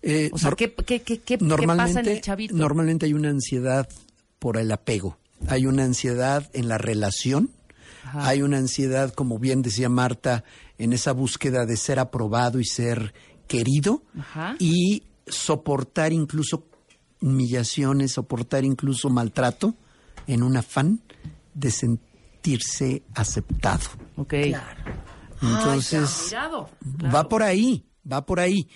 Eh, O sea, nor- ¿qué, qué, qué, qué- qué pasa en normalmente, el chavito? normalmente hay una ansiedad por el apego, hay una ansiedad en la relación, Ajá. hay una ansiedad, como bien decía Marta, en esa búsqueda de ser aprobado y ser querido Ajá. y soportar incluso humillaciones, soportar incluso maltrato en un afán de sentirse aceptado. Ok. Ah, Entonces, Cuidado. va por ahí, va por ahí.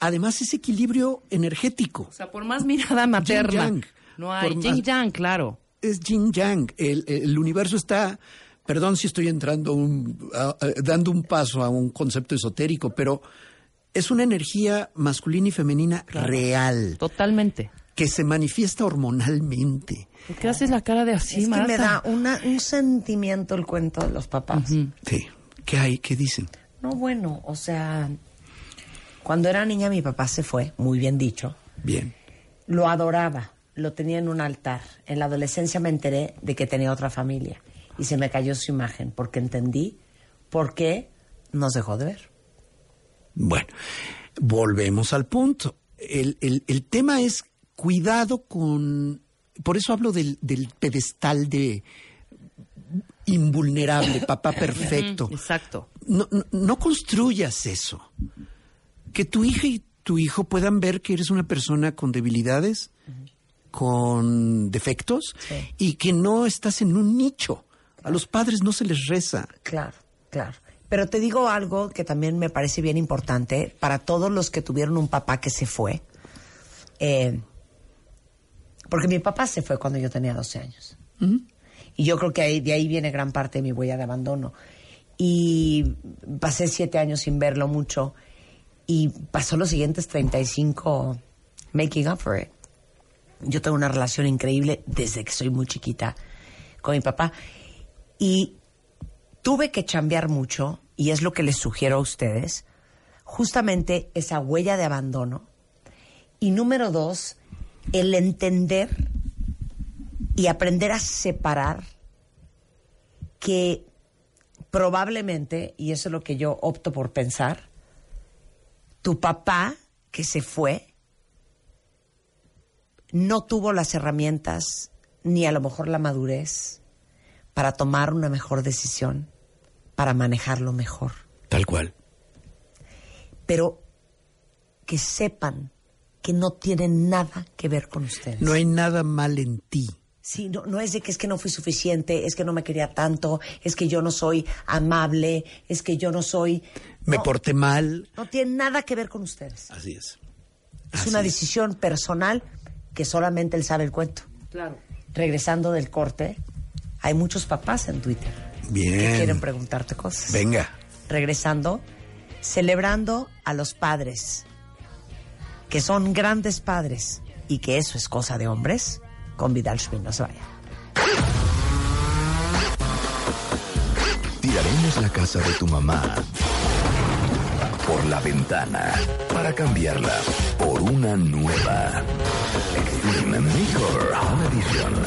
Además, ese equilibrio energético. O sea, por más mirada materna. yang. No hay. Por Yin más- yang, claro. es yin yang. El, el universo está. Perdón si estoy entrando un- a- a- dando un paso a un concepto esotérico, pero es una energía masculina y femenina real Totalmente. que se manifiesta hormonalmente. ¿Por qué haces la cara de así, es que me Marta? da una- un sentimiento el cuento de los papás. Sí. ¿Qué hay? ¿Qué dicen? No, bueno, o sea, cuando era niña mi papá se fue, muy bien dicho. Bien. Lo adoraba, lo tenía en un altar. En la adolescencia me enteré de que tenía otra familia y se me cayó su imagen porque entendí por qué nos dejó de ver. Bueno, volvemos al punto. El, el- el tema es cuidado con... Por eso hablo del, del pedestal de invulnerable, papá perfecto. Exacto. No, no, no construyas eso. Que tu hija y tu hijo puedan ver que eres una persona con debilidades, con defectos, y que no estás en un nicho. A los padres no se les reza. Claro, claro. Pero te digo algo que también me parece bien importante para todos los que tuvieron un papá que se fue. Eh, porque mi papá se fue cuando yo tenía 12 años. ¿Mm? Y yo creo que ahí- de ahí viene gran parte de mi huella de abandono. Y pasé siete años sin verlo mucho. Y pasó los siguientes 35 making up for it. Yo tengo una relación increíble desde que soy muy chiquita con mi papá. Y tuve que chambear mucho, y es lo que les sugiero a ustedes, justamente esa huella de abandono. Y número dos, el entender y aprender a separar que probablemente, y eso es lo que yo opto por pensar, tu papá que se fue no tuvo las herramientas ni a lo mejor la madurez para tomar una mejor decisión, para manejarlo mejor. Tal cual. Pero que sepan que no tienen nada que ver con ustedes. No hay nada mal en ti. Sí, no, no es de que es que no fui suficiente, es que no me quería tanto, es que yo no soy amable, es que yo no soy... Me No, porté mal. No tiene nada que ver con ustedes. Así es. Es Así una es. decisión personal que solamente él sabe el cuento. Claro. Regresando del corte, hay muchos papás en Twitter que Bien. quieren preguntarte cosas. Venga. Regresando, celebrando a los padres, que son grandes padres y que eso es cosa de hombres, con Vidal Schwinn. No se vaya. Tiraremos la casa de tu mamá por la ventana para cambiarla por una nueva. Extreme Makeover Home Edition.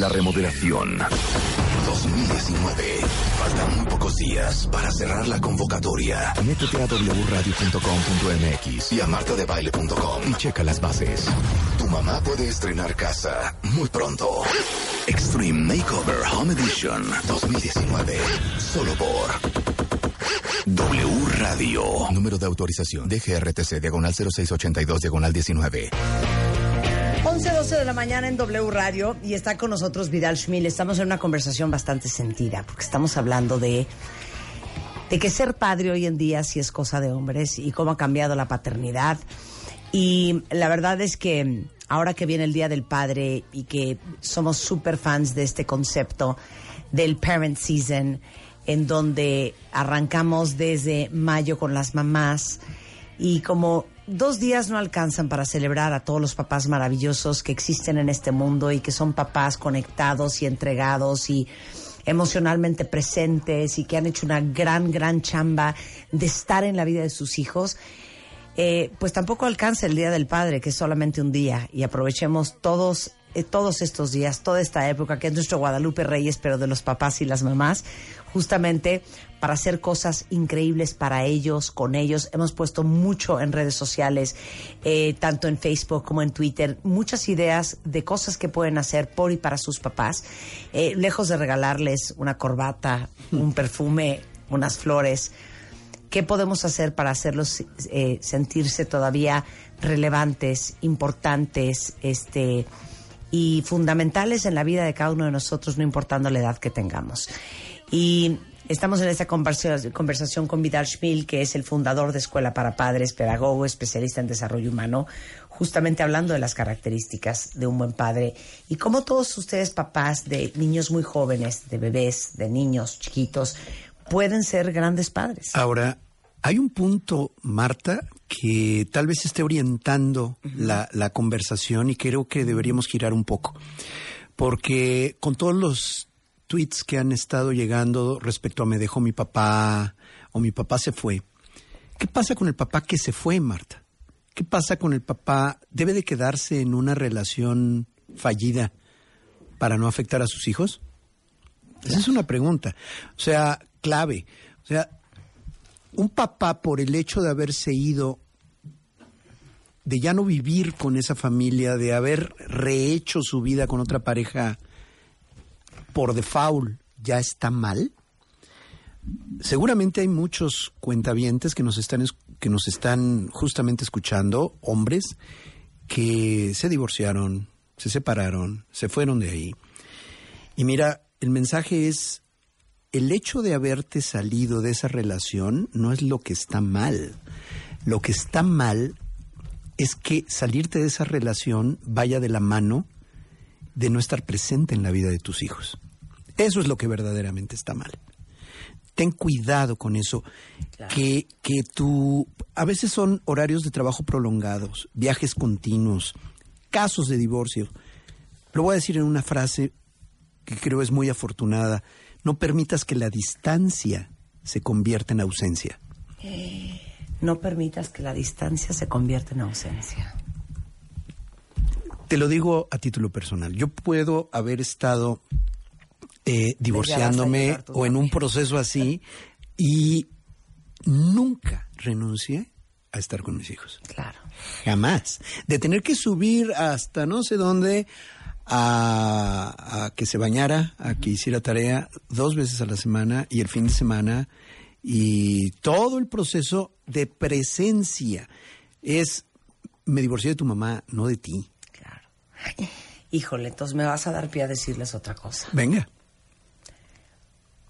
La remodelación. 2019. Faltan muy pocos días para cerrar la convocatoria. Métete a wradio.com.mx y a martadebaile.com y checa las bases. Tu mamá puede estrenar casa muy pronto. Extreme Makeover Home Edition 2019. Solo por W Radio. Número de autorización. DGRTC, diagonal 0682, diagonal 19. 11, 12 de la mañana en W Radio y está con nosotros Vidal Schmil. Estamos en una conversación bastante sentida porque estamos hablando de, de que ser padre hoy en día sí es cosa de hombres y cómo ha cambiado la paternidad. Y la verdad es que mm, ahora que viene el Día del Padre y que somos súper fans de este concepto del Parent Season, en donde arrancamos desde mayo con las mamás y como dos días no alcanzan para celebrar a todos los papás maravillosos que existen en este mundo y que son papás conectados y entregados y emocionalmente presentes y que han hecho una gran, gran chamba de estar en la vida de sus hijos, eh, pues tampoco alcanza el Día del Padre, que es solamente un día, y aprovechemos todos, eh, todos estos días, toda esta época, que es nuestro Guadalupe Reyes, pero de los papás y las mamás, justamente para hacer cosas increíbles para ellos, con ellos. Hemos puesto mucho en redes sociales, eh, tanto en Facebook como en Twitter, muchas ideas de cosas que pueden hacer por y para sus papás, Eh, lejos de regalarles una corbata, un perfume, unas flores. ¿Qué podemos hacer para hacerlos eh, sentirse todavía relevantes, importantes, este y fundamentales en la vida de cada uno de nosotros, no importando la edad que tengamos? Y estamos en esta conversa- conversación con Vidal Schmil, que es el fundador de Escuela para Padres, pedagogo, especialista en desarrollo humano, justamente hablando de las características de un buen padre y cómo todos ustedes, papás de niños muy jóvenes, de bebés, de niños chiquitos, pueden ser grandes padres. Ahora, hay un punto, Marta, que tal vez esté orientando la, la conversación y creo que deberíamos girar un poco. Porque con todos los tweets que han estado llegando respecto a me dejó mi papá o mi papá se fue, ¿qué pasa con el papá que se fue, Marta? ¿Qué pasa con el papá? ¿Debe de quedarse en una relación fallida para no afectar a sus hijos? Esa es una pregunta. O sea, clave. O sea, un papá por el hecho de haberse ido, de ya no vivir con esa familia, de haber rehecho su vida con otra pareja por default, ya está mal. Seguramente hay muchos cuentavientes que nos están es- que nos están justamente escuchando, hombres que se divorciaron, se separaron, se fueron de ahí. Y mira, el mensaje es el hecho de haberte salido de esa relación no es lo que está mal. Lo que está mal es que salirte de esa relación vaya de la mano de no estar presente en la vida de tus hijos. Eso es lo que verdaderamente está mal. Ten cuidado con eso. Que, que tú. A veces son horarios de trabajo prolongados, viajes continuos, casos de divorcio. Lo voy a decir en una frase que creo es muy afortunada, no permitas que la distancia se convierta en ausencia. Eh, No permitas que la distancia se convierta en ausencia. Te lo digo a título personal. Yo puedo haber estado eh, divorciándome llorar tú o en un proceso así y nunca renuncié a estar con mis hijos. Claro. Jamás. De tener que subir hasta no sé dónde a, a que se bañara, a que hiciera tarea dos veces a la semana y el fin de semana y todo el proceso de presencia es me divorcié de tu mamá, no de ti. Claro. Híjole, entonces me vas a dar pie a decirles otra cosa. Venga.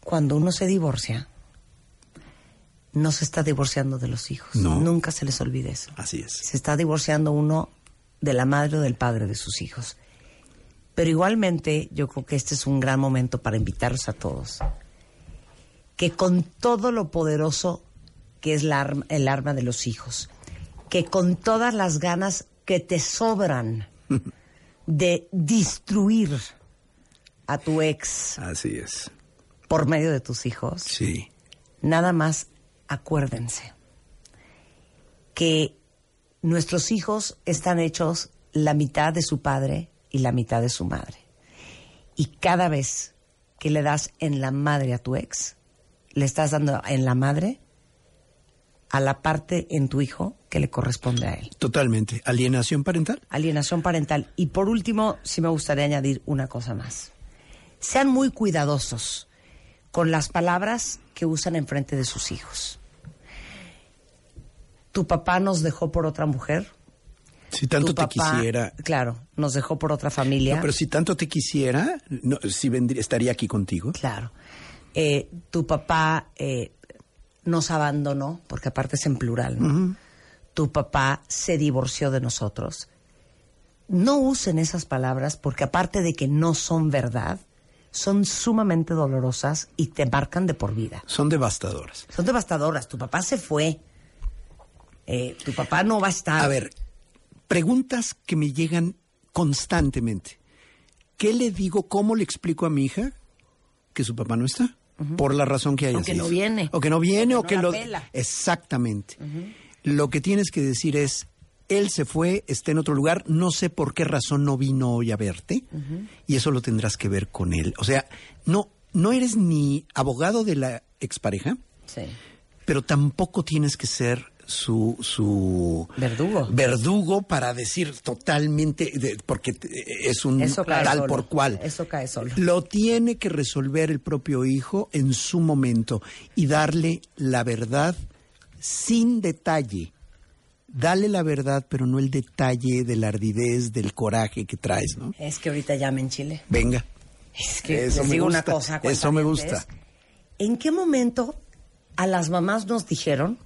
Cuando uno se divorcia, no se está divorciando de los hijos. No. Nunca se les olvide eso. Así es. Se está divorciando uno de la madre o del padre de sus hijos. Pero igualmente, yo creo que este es un gran momento para invitarlos a todos. Que con todo lo poderoso que es la arm- el arma de los hijos, que con todas las ganas que te sobran de destruir a tu ex Así es. por medio de tus hijos, Sí. Nada más acuérdense que nuestros hijos están hechos la mitad de su padre y la mitad de su madre. Y cada vez que le das en la madre a tu ex, le estás dando en la madre a la parte en tu hijo que le corresponde a él. Totalmente. Alienación parental. Alienación parental. Y por último, sí me gustaría añadir una cosa más. Sean muy cuidadosos con las palabras que usan enfrente de sus hijos. Tu papá nos dejó por otra mujer. Si tanto tu te papá, quisiera. Claro, nos dejó por otra familia. No, pero si tanto te quisiera, no, si vendría, estaría aquí contigo. Claro. Eh, tu papá eh, nos abandonó, porque aparte es en plural, ¿no? Tu papá se divorció de nosotros. No usen esas palabras porque aparte de que no son verdad, son sumamente dolorosas y te marcan de por vida. Son devastadoras. Son devastadoras. Tu papá se fue. Eh, tu papá no va a estar. A ver, preguntas que me llegan constantemente. ¿Qué le digo, cómo le explico a mi hija que su papá no está? Por la razón que haya O que sido. no viene. O que no viene, o no que, la lo... pela. Exactamente. Lo que tienes que decir es, él se fue, está en otro lugar, no sé por qué razón no vino hoy a verte, y eso lo tendrás que ver con él. O sea, no, no eres ni abogado de la expareja, Sí. pero tampoco tienes que ser su, su Verdugo. verdugo para decir totalmente de- porque te- es un Eso cae tal solo. por cual Eso cae solo. lo tiene que resolver el propio hijo en su momento y darle la verdad sin detalle dale la verdad pero no el detalle de la ardidez del coraje que traes no Es que ahorita llama en Chile. venga Es que Eso les me digo una gusta, cosa. eso me cuentavientes. gusta. ¿En qué momento a las mamás nos dijeron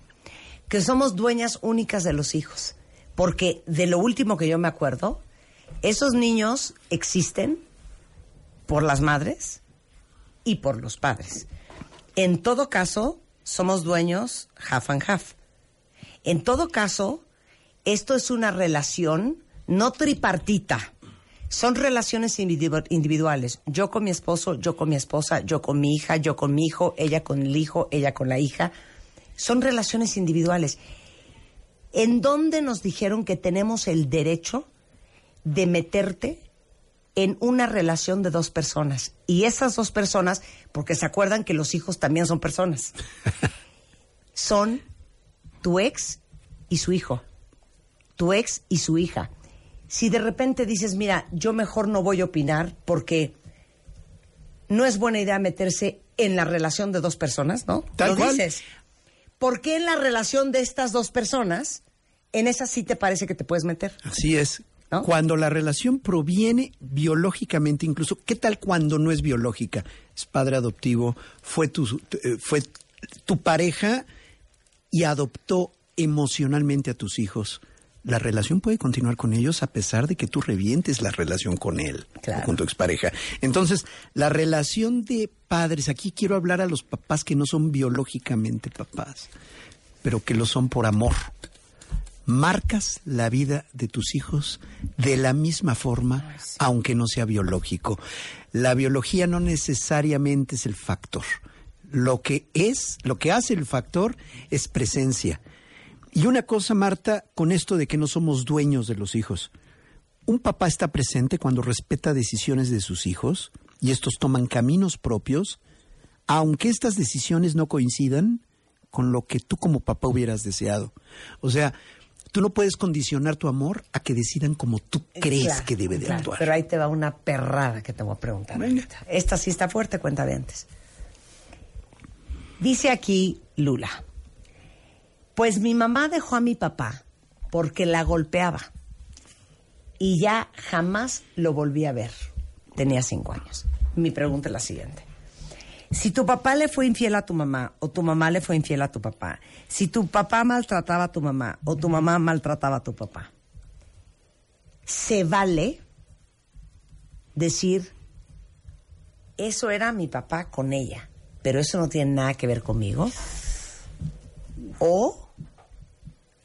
que somos dueñas únicas de los hijos? Porque de lo último que yo me acuerdo, esos niños existen por las madres y por los padres. En todo caso, somos dueños half and half. En todo caso, esto es una relación no tripartita. Son relaciones individu- individuales. Yo con mi esposo, yo con mi esposa, yo con mi hija, yo con mi hijo, ella con el hijo, ella con la hija. Son relaciones individuales. ¿En dónde nos dijeron que tenemos el derecho de meterte en una relación de dos personas? Y esas dos personas, porque se acuerdan que los hijos también son personas, son tu ex y su hijo tu ex y su hija. Si de repente dices, mira, yo mejor no voy a opinar porque no es buena idea meterse en la relación de dos personas, ¿no? Tal Lo cual. dices. ¿Por qué en la relación de estas dos personas, en esa sí te parece que te puedes meter? Así es. ¿No? Cuando la relación proviene biológicamente, incluso, ¿qué tal cuando no es biológica? Es padre adoptivo, fue tu, eh, fue tu pareja y adoptó emocionalmente a tus hijos. La relación puede continuar con ellos a pesar de que tú revientes la relación con él, o Claro. con tu expareja. Entonces, la relación de padres, aquí quiero hablar a los papás que no son biológicamente papás, pero que lo son por amor marcas la vida de tus hijos de la misma forma, aunque no sea biológico. La biología no necesariamente es el factor. Lo que es, lo que hace el factor es presencia. Y una cosa, Marta, con esto de que no somos dueños de los hijos. Un papá está presente cuando respeta decisiones de sus hijos y estos toman caminos propios, aunque estas decisiones no coincidan con lo que tú como papá hubieras deseado. O sea, tú no puedes condicionar tu amor a que decidan como tú crees Claro, que debe de claro, actuar. Pero ahí te va una perrada que te voy a preguntar. Venga. ahorita. Esta sí está fuerte, cuenta antes. Dice aquí Lula. Pues mi mamá dejó a mi papá porque la golpeaba. Y ya jamás lo volví a ver. Tenía cinco años. Mi pregunta es la siguiente. Si tu papá le fue infiel a tu mamá o tu mamá le fue infiel a tu papá, si tu papá maltrataba a tu mamá o tu mamá maltrataba a tu papá, se vale decir, eso era mi papá con ella, pero eso no tiene nada que ver conmigo. O,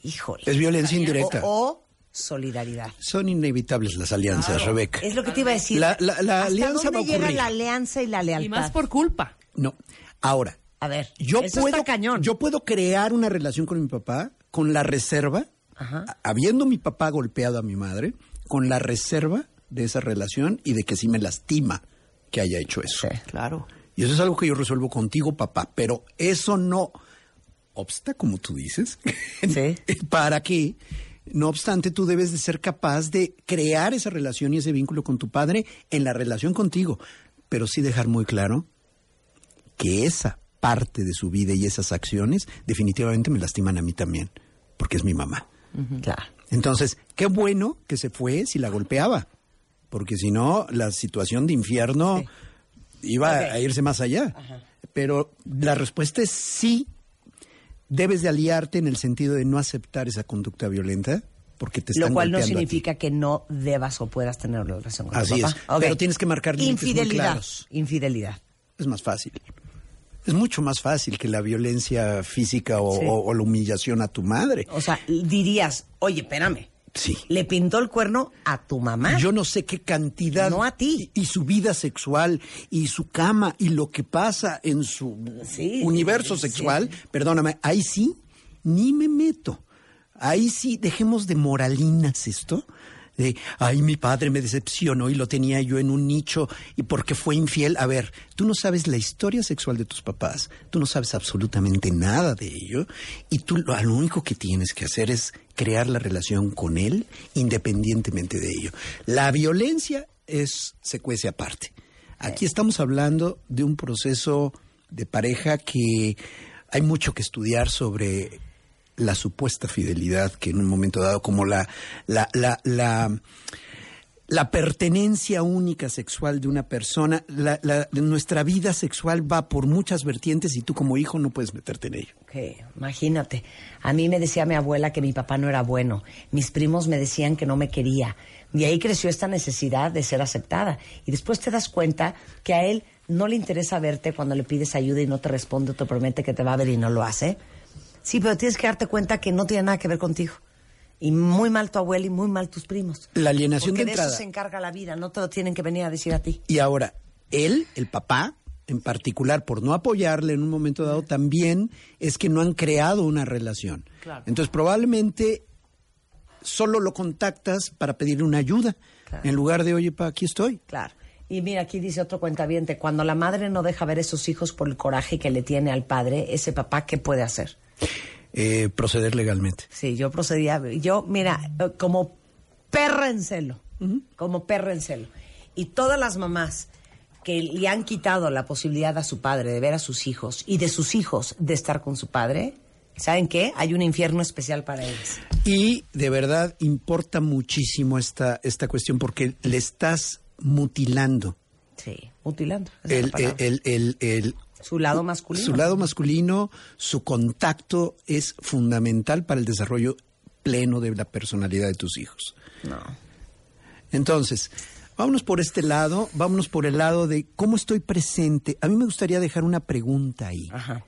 híjole. Es violencia indirecta. O, o solidaridad. Son inevitables las alianzas, Rebeca. Es lo que te iba a decir. La- la- la ¿Hasta alianza dónde va a llega ocurrir. la alianza y la lealtad? Y más por culpa. No. Ahora, A ver, yo eso puedo está cañón. yo puedo crear una relación con mi papá con la reserva Ajá. a- habiendo mi papá golpeado a mi madre con la reserva de esa relación y de que sí me lastima que haya hecho eso. Claro. Y eso es algo que yo resuelvo contigo, papá, pero eso no obsta, como tú dices, Sí. para que, no obstante, tú debes de ser capaz de crear esa relación y ese vínculo con tu padre en la relación contigo, pero sí dejar muy claro que esa parte de su vida y esas acciones definitivamente me lastiman a mí también, porque es mi mamá. Claro. Entonces, qué bueno que se fue si la golpeaba, porque si no, la situación de infierno iba Ok. a irse más allá. Pero la respuesta es sí, debes de aliarte en el sentido de no aceptar esa conducta violenta, porque te están Lo cual no golpeando a ti. significa que no debas o puedas tener una relación con Así tu es, papá. Ok. pero tienes que marcar límites muy Infidelidad. claros. Infidelidad. Es más fácil. Es mucho más fácil que la violencia física o, Sí. o- o la humillación a tu madre. O sea, dirías, oye, espérame. Sí. Le pintó el cuerno a tu mamá. Yo no sé qué cantidad. No a ti. Y, y su vida sexual, y su cama, y lo que pasa en su Sí, universo sí, sexual. Perdóname, ahí sí, ni me meto. Ahí sí, dejemos de moralinas esto. De, ay, mi padre me decepcionó y lo tenía yo en un nicho y porque fue infiel. A ver, tú no sabes la historia sexual de tus papás, tú no sabes absolutamente nada de ello y tú lo, lo único que tienes que hacer es crear la relación con él independientemente de ello. La violencia es secuencia aparte. Aquí estamos hablando de un proceso de pareja que hay mucho que estudiar sobre la supuesta fidelidad que en un momento dado como la la la la, la pertenencia única sexual de una persona, la- la- nuestra vida sexual va por muchas vertientes y tú como hijo no puedes meterte en ello. Ok, imagínate. A mí me decía mi abuela que mi papá no era bueno. Mis primos me decían que no me quería. De ahí creció esta necesidad de ser aceptada. Y después te das cuenta que a él no le interesa verte cuando le pides ayuda y no te responde o te promete que te va a ver y no lo hace. Sí, pero tienes que darte cuenta que no tiene nada que ver contigo. Y muy mal tu abuela y muy mal tus primos. La alienación Porque de de entrada. eso se encarga la vida, no te lo tienen que venir a decir a ti. Y ahora, él, el papá, en particular, por no apoyarle en un momento dado, también es que no han creado una relación. Claro. Entonces, probablemente solo lo contactas para pedirle una ayuda, Claro. en lugar de, oye, pa, aquí estoy. Claro. Y mira, aquí dice otro cuentaviente, cuando la madre no deja ver a sus hijos por el coraje que le tiene al padre, ese papá, ¿qué puede hacer? Eh, proceder legalmente. Sí, yo procedía, yo, mira, eh, como perra en celo, como perra en celo. Y todas las mamás que le han quitado la posibilidad a su padre de ver a sus hijos y de sus hijos de estar con su padre, ¿saben qué? Hay un infierno especial para ellos. Y de verdad importa muchísimo esta, esta cuestión porque le estás mutilando Sí, mutilando. esa es la el, el, palabra. el- el- el- su lado masculino. su lado masculino, su contacto es fundamental para el desarrollo pleno de la personalidad de tus hijos. No. Entonces, vámonos por este lado, vámonos por el lado de cómo estoy presente. A mí me gustaría dejar una pregunta ahí. Ajá.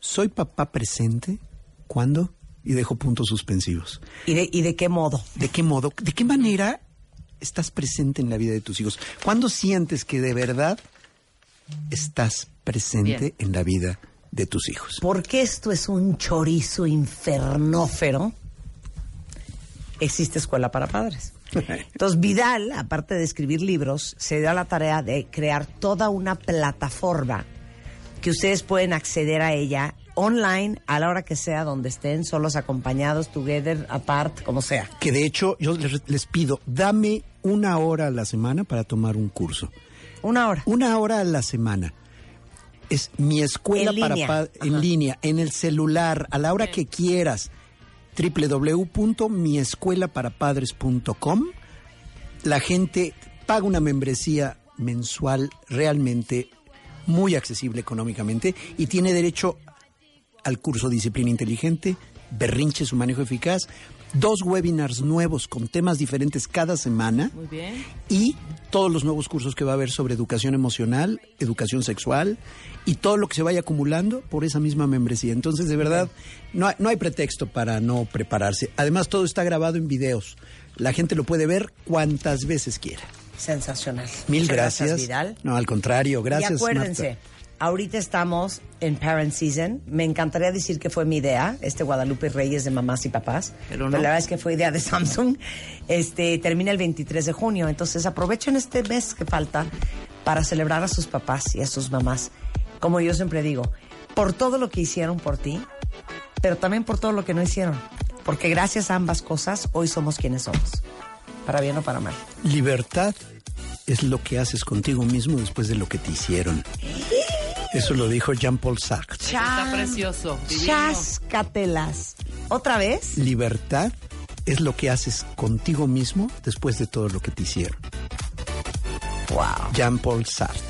¿Soy papá presente? ¿Cuándo? y dejo puntos suspensivos. ¿Y de, y de qué modo? ¿De qué modo, de qué manera estás presente en la vida de tus hijos? ¿Cuándo sientes que de verdad estás presente Bien. en la vida de tus hijos? Porque esto es un chorizo infernófero. Existe escuela para padres. Entonces Vidal, aparte de escribir libros, se dio a la tarea de crear toda una plataforma que ustedes pueden acceder a ella online a la hora que sea, donde estén, solos, acompañados, together, apart, como sea. Que de hecho yo les, les pido, dame una hora a la semana para tomar un curso. Una hora. Una hora a la semana. Es mi escuela En para línea. pa- en Ajá. línea, en el celular, a la hora que quieras. www.miescuelaparapadres.com. La gente paga una membresía mensual realmente muy accesible económicamente y tiene derecho al curso Disciplina Inteligente, Berrinche, su manejo eficaz, dos webinars nuevos con temas diferentes cada semana Muy bien. y todos los nuevos cursos que va a haber sobre educación emocional, educación sexual y todo lo que se vaya acumulando por esa misma membresía. Entonces, de verdad, no hay, no hay pretexto para no prepararse. Además, todo está grabado en videos. La gente lo puede ver cuantas veces quiera. Sensacional. Mil Muchas gracias. Vidal. No, al contrario, gracias. y acuérdense, Marta. ahorita estamos en Parent Season. Me encantaría decir que fue mi idea, este Guadalupe Reyes de mamás y papás. Pero no. la verdad es que fue idea de Samsung. Este termina el 23 de junio, entonces aprovechen este mes que falta para celebrar a sus papás y a sus mamás. Como yo siempre digo, por todo lo que hicieron por ti, pero también por todo lo que no hicieron, porque gracias a ambas cosas hoy somos quienes somos. Para bien o para mal. Libertad es lo que haces contigo mismo después de lo que te hicieron. Eso lo dijo Jean-Paul Sartre. Está precioso. divino. Chascatelas. ¿Otra vez? Libertad es lo que haces contigo mismo después de todo lo que te hicieron. Wow. Jean-Paul Sartre.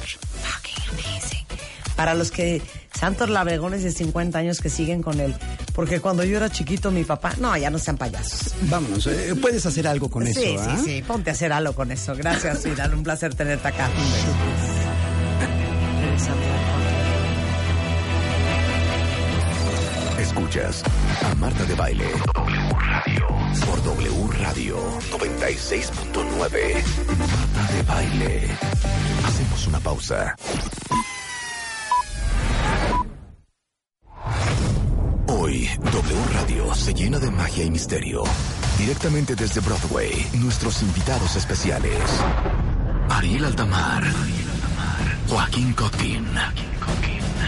Para los que santos labregones de 50 años que siguen con él. Porque cuando yo era chiquito, mi papá. No, ya no sean payasos. Vámonos, eh, puedes hacer algo con eso. sí, ¿ah? sí, sí. Ponte a hacer algo con eso. Gracias, Vidal. Un placer tenerte acá. Escuchas a Marta de Baile por W Radio 96.9. Marta de Baile. Hacemos una pausa. Hoy, W Radio se llena de magia y misterio. Directamente desde Broadway, nuestros invitados especiales. Ariel Aldamar. Joaquín Cotín.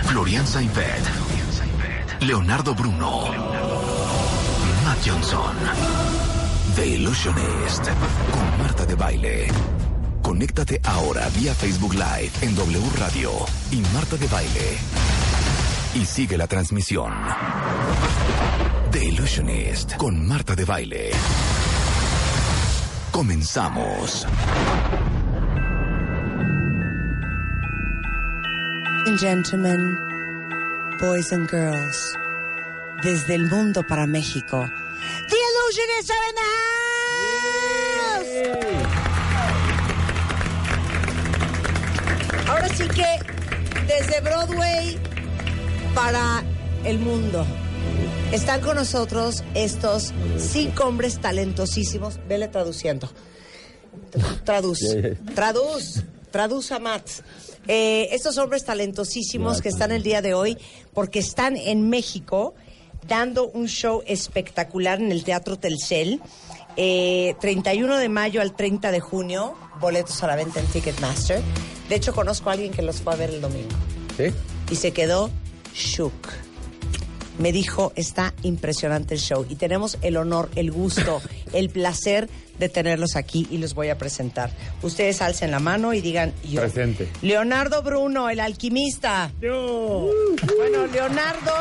Florian Sainfeld. Leonardo Bruno. Matt Johnson. The Illusionist. Con Marta de Baile. Conéctate ahora vía Facebook Live en W Radio y Marta de Baile. Y sigue la transmisión. The Illusionist con Marta de Baile. Comenzamos. and gentlemen, boys and girls, desde el mundo para México, The Illusion is in the house. Ahora sí que desde Broadway para el mundo. Están con nosotros estos cinco hombres talentosísimos. Vele traduciendo. Traduz. Traduz. Traduz a Matt. Eh, estos hombres talentosísimos que están el día de hoy porque están en México dando un show espectacular en el Teatro Telcel. Eh, 31 de mayo al 30 de junio, boletos a la venta en Ticketmaster. De hecho, conozco a alguien que los fue a ver el domingo y se quedó shook me dijo, está impresionante el show y tenemos el honor, el gusto, el placer de tenerlos aquí y los voy a presentar. Ustedes alcen la mano y digan, yo. Presente. Leonardo Bruno, el alquimista. Bueno, Leonardo,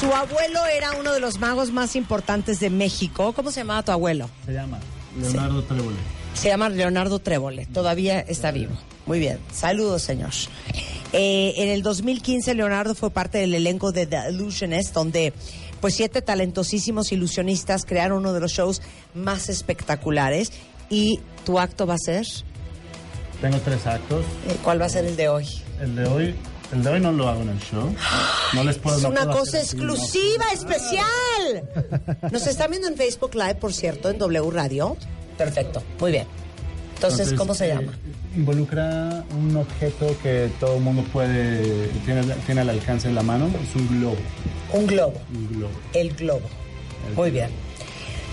su abuelo era uno de los magos más importantes de México. ¿Cómo se llamaba tu abuelo? Se llama Leonardo Trébol. Se llama Leonardo Trébole, todavía está vivo. Muy bien, saludos, señor. Eh, en el 2015, Leonardo fue parte del elenco de The Illusionist, donde pues siete talentosísimos ilusionistas crearon uno de los shows más espectaculares. Y tu acto va a ser, Tengo tres actos. eh, ¿cuál va a ser el de hoy? El de hoy El de hoy no lo hago en el show. No les puedo Es Pues no una puedo cosa hacer así, no. Ah. exclusiva, especial. Nos están viendo en Facebook Live, por cierto, en W Radio. Perfecto, muy bien. Entonces, ¿cómo se eh, llama? Involucra un objeto que todo el mundo puede, tiene, tiene al alcance de la mano. Es un globo. Un globo. Un globo. El globo. Muy bien.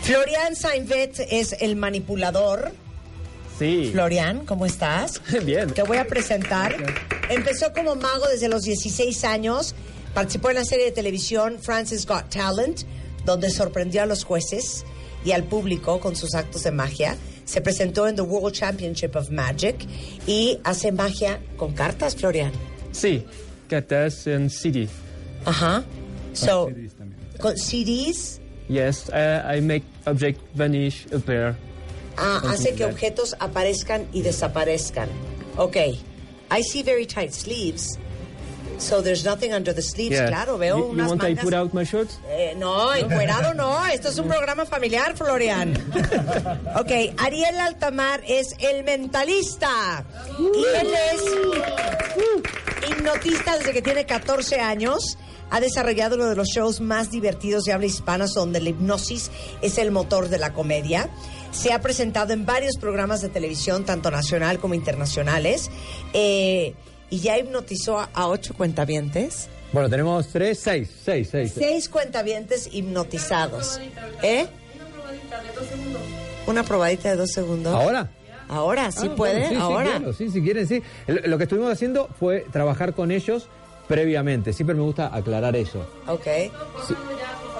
Florian Seinfeld es el manipulador. Sí. Florian, ¿cómo estás? Bien. Te voy a presentar. Empezó como mago desde los 16 años. Participó en la serie de televisión Francis Got Talent, donde sorprendió a los jueces y al público con sus actos de magia. Se presentó en The World Championship of Magic y hace magia con cartas, Florian. Sí, cartas en CD. Ajá. So, con CDs, Yes, I, I make object vanish, appear. ah, Something hace like que that. objetos aparezcan y desaparezcan. Ok. I see very tight sleeves. So there's nothing under the sleeves, Yeah. claro, veo you, you unas want I mangas. put out my shirt? Eh, no, encuerado no. Esto es un programa familiar, Florian. Ok, Ariel Altamar es el mentalista. Y él es hipnotista desde que tiene 14 años. Ha desarrollado uno de los shows más divertidos de habla hispana, donde la hipnosis es el motor de la comedia. Se ha presentado en varios programas de televisión, tanto nacional como internacionales. Eh, y ya hipnotizó a, a ocho cuentavientes. Bueno, tenemos tres, seis, seis, seis. Seis cuentavientes hipnotizados. ¿Eh? Una probadita de dos segundos. ¿Ahora? Ahora, sí Ah, puede, bueno, sí, sí, ahora. claro, sí, si quieren, sí. Lo lo que estuvimos haciendo fue trabajar con ellos previamente. Siempre me gusta aclarar eso. Ok.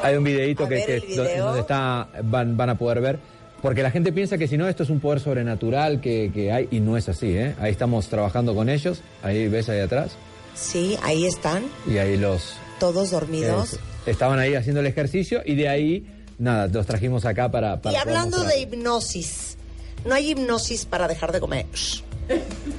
Hay un videito que, ver que el es do- video. donde está, van, van a poder ver. Porque la gente piensa que si no, esto es un poder sobrenatural que, que hay, y no es así, ¿eh? Ahí estamos trabajando con ellos, ahí ves ahí atrás, Sí, ahí están, y ahí los... todos dormidos. eh, estaban ahí haciendo el ejercicio, y de ahí, nada, los trajimos acá para... para y hablando poder de hipnosis, no hay hipnosis para dejar de comer. mostrar.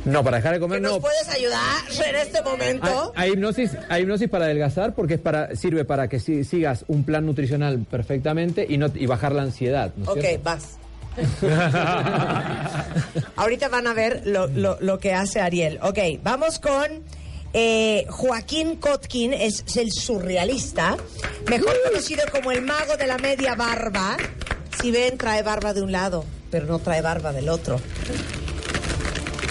No, para dejar de comer, no. ¿Nos puedes ayudar en este momento? Hay, hay hipnosis, hay hipnosis para adelgazar porque es para, sirve para que si- sigas un plan nutricional perfectamente y, no, y bajar la ansiedad. ¿no es ok, cierto? vas. Ahorita van a ver lo, lo- lo que hace Ariel. Ok, vamos con eh, Joaquín Kotkin, es, es el surrealista, mejor conocido como el mago de la media barba. Si ven, trae barba de un lado, pero no trae barba del otro.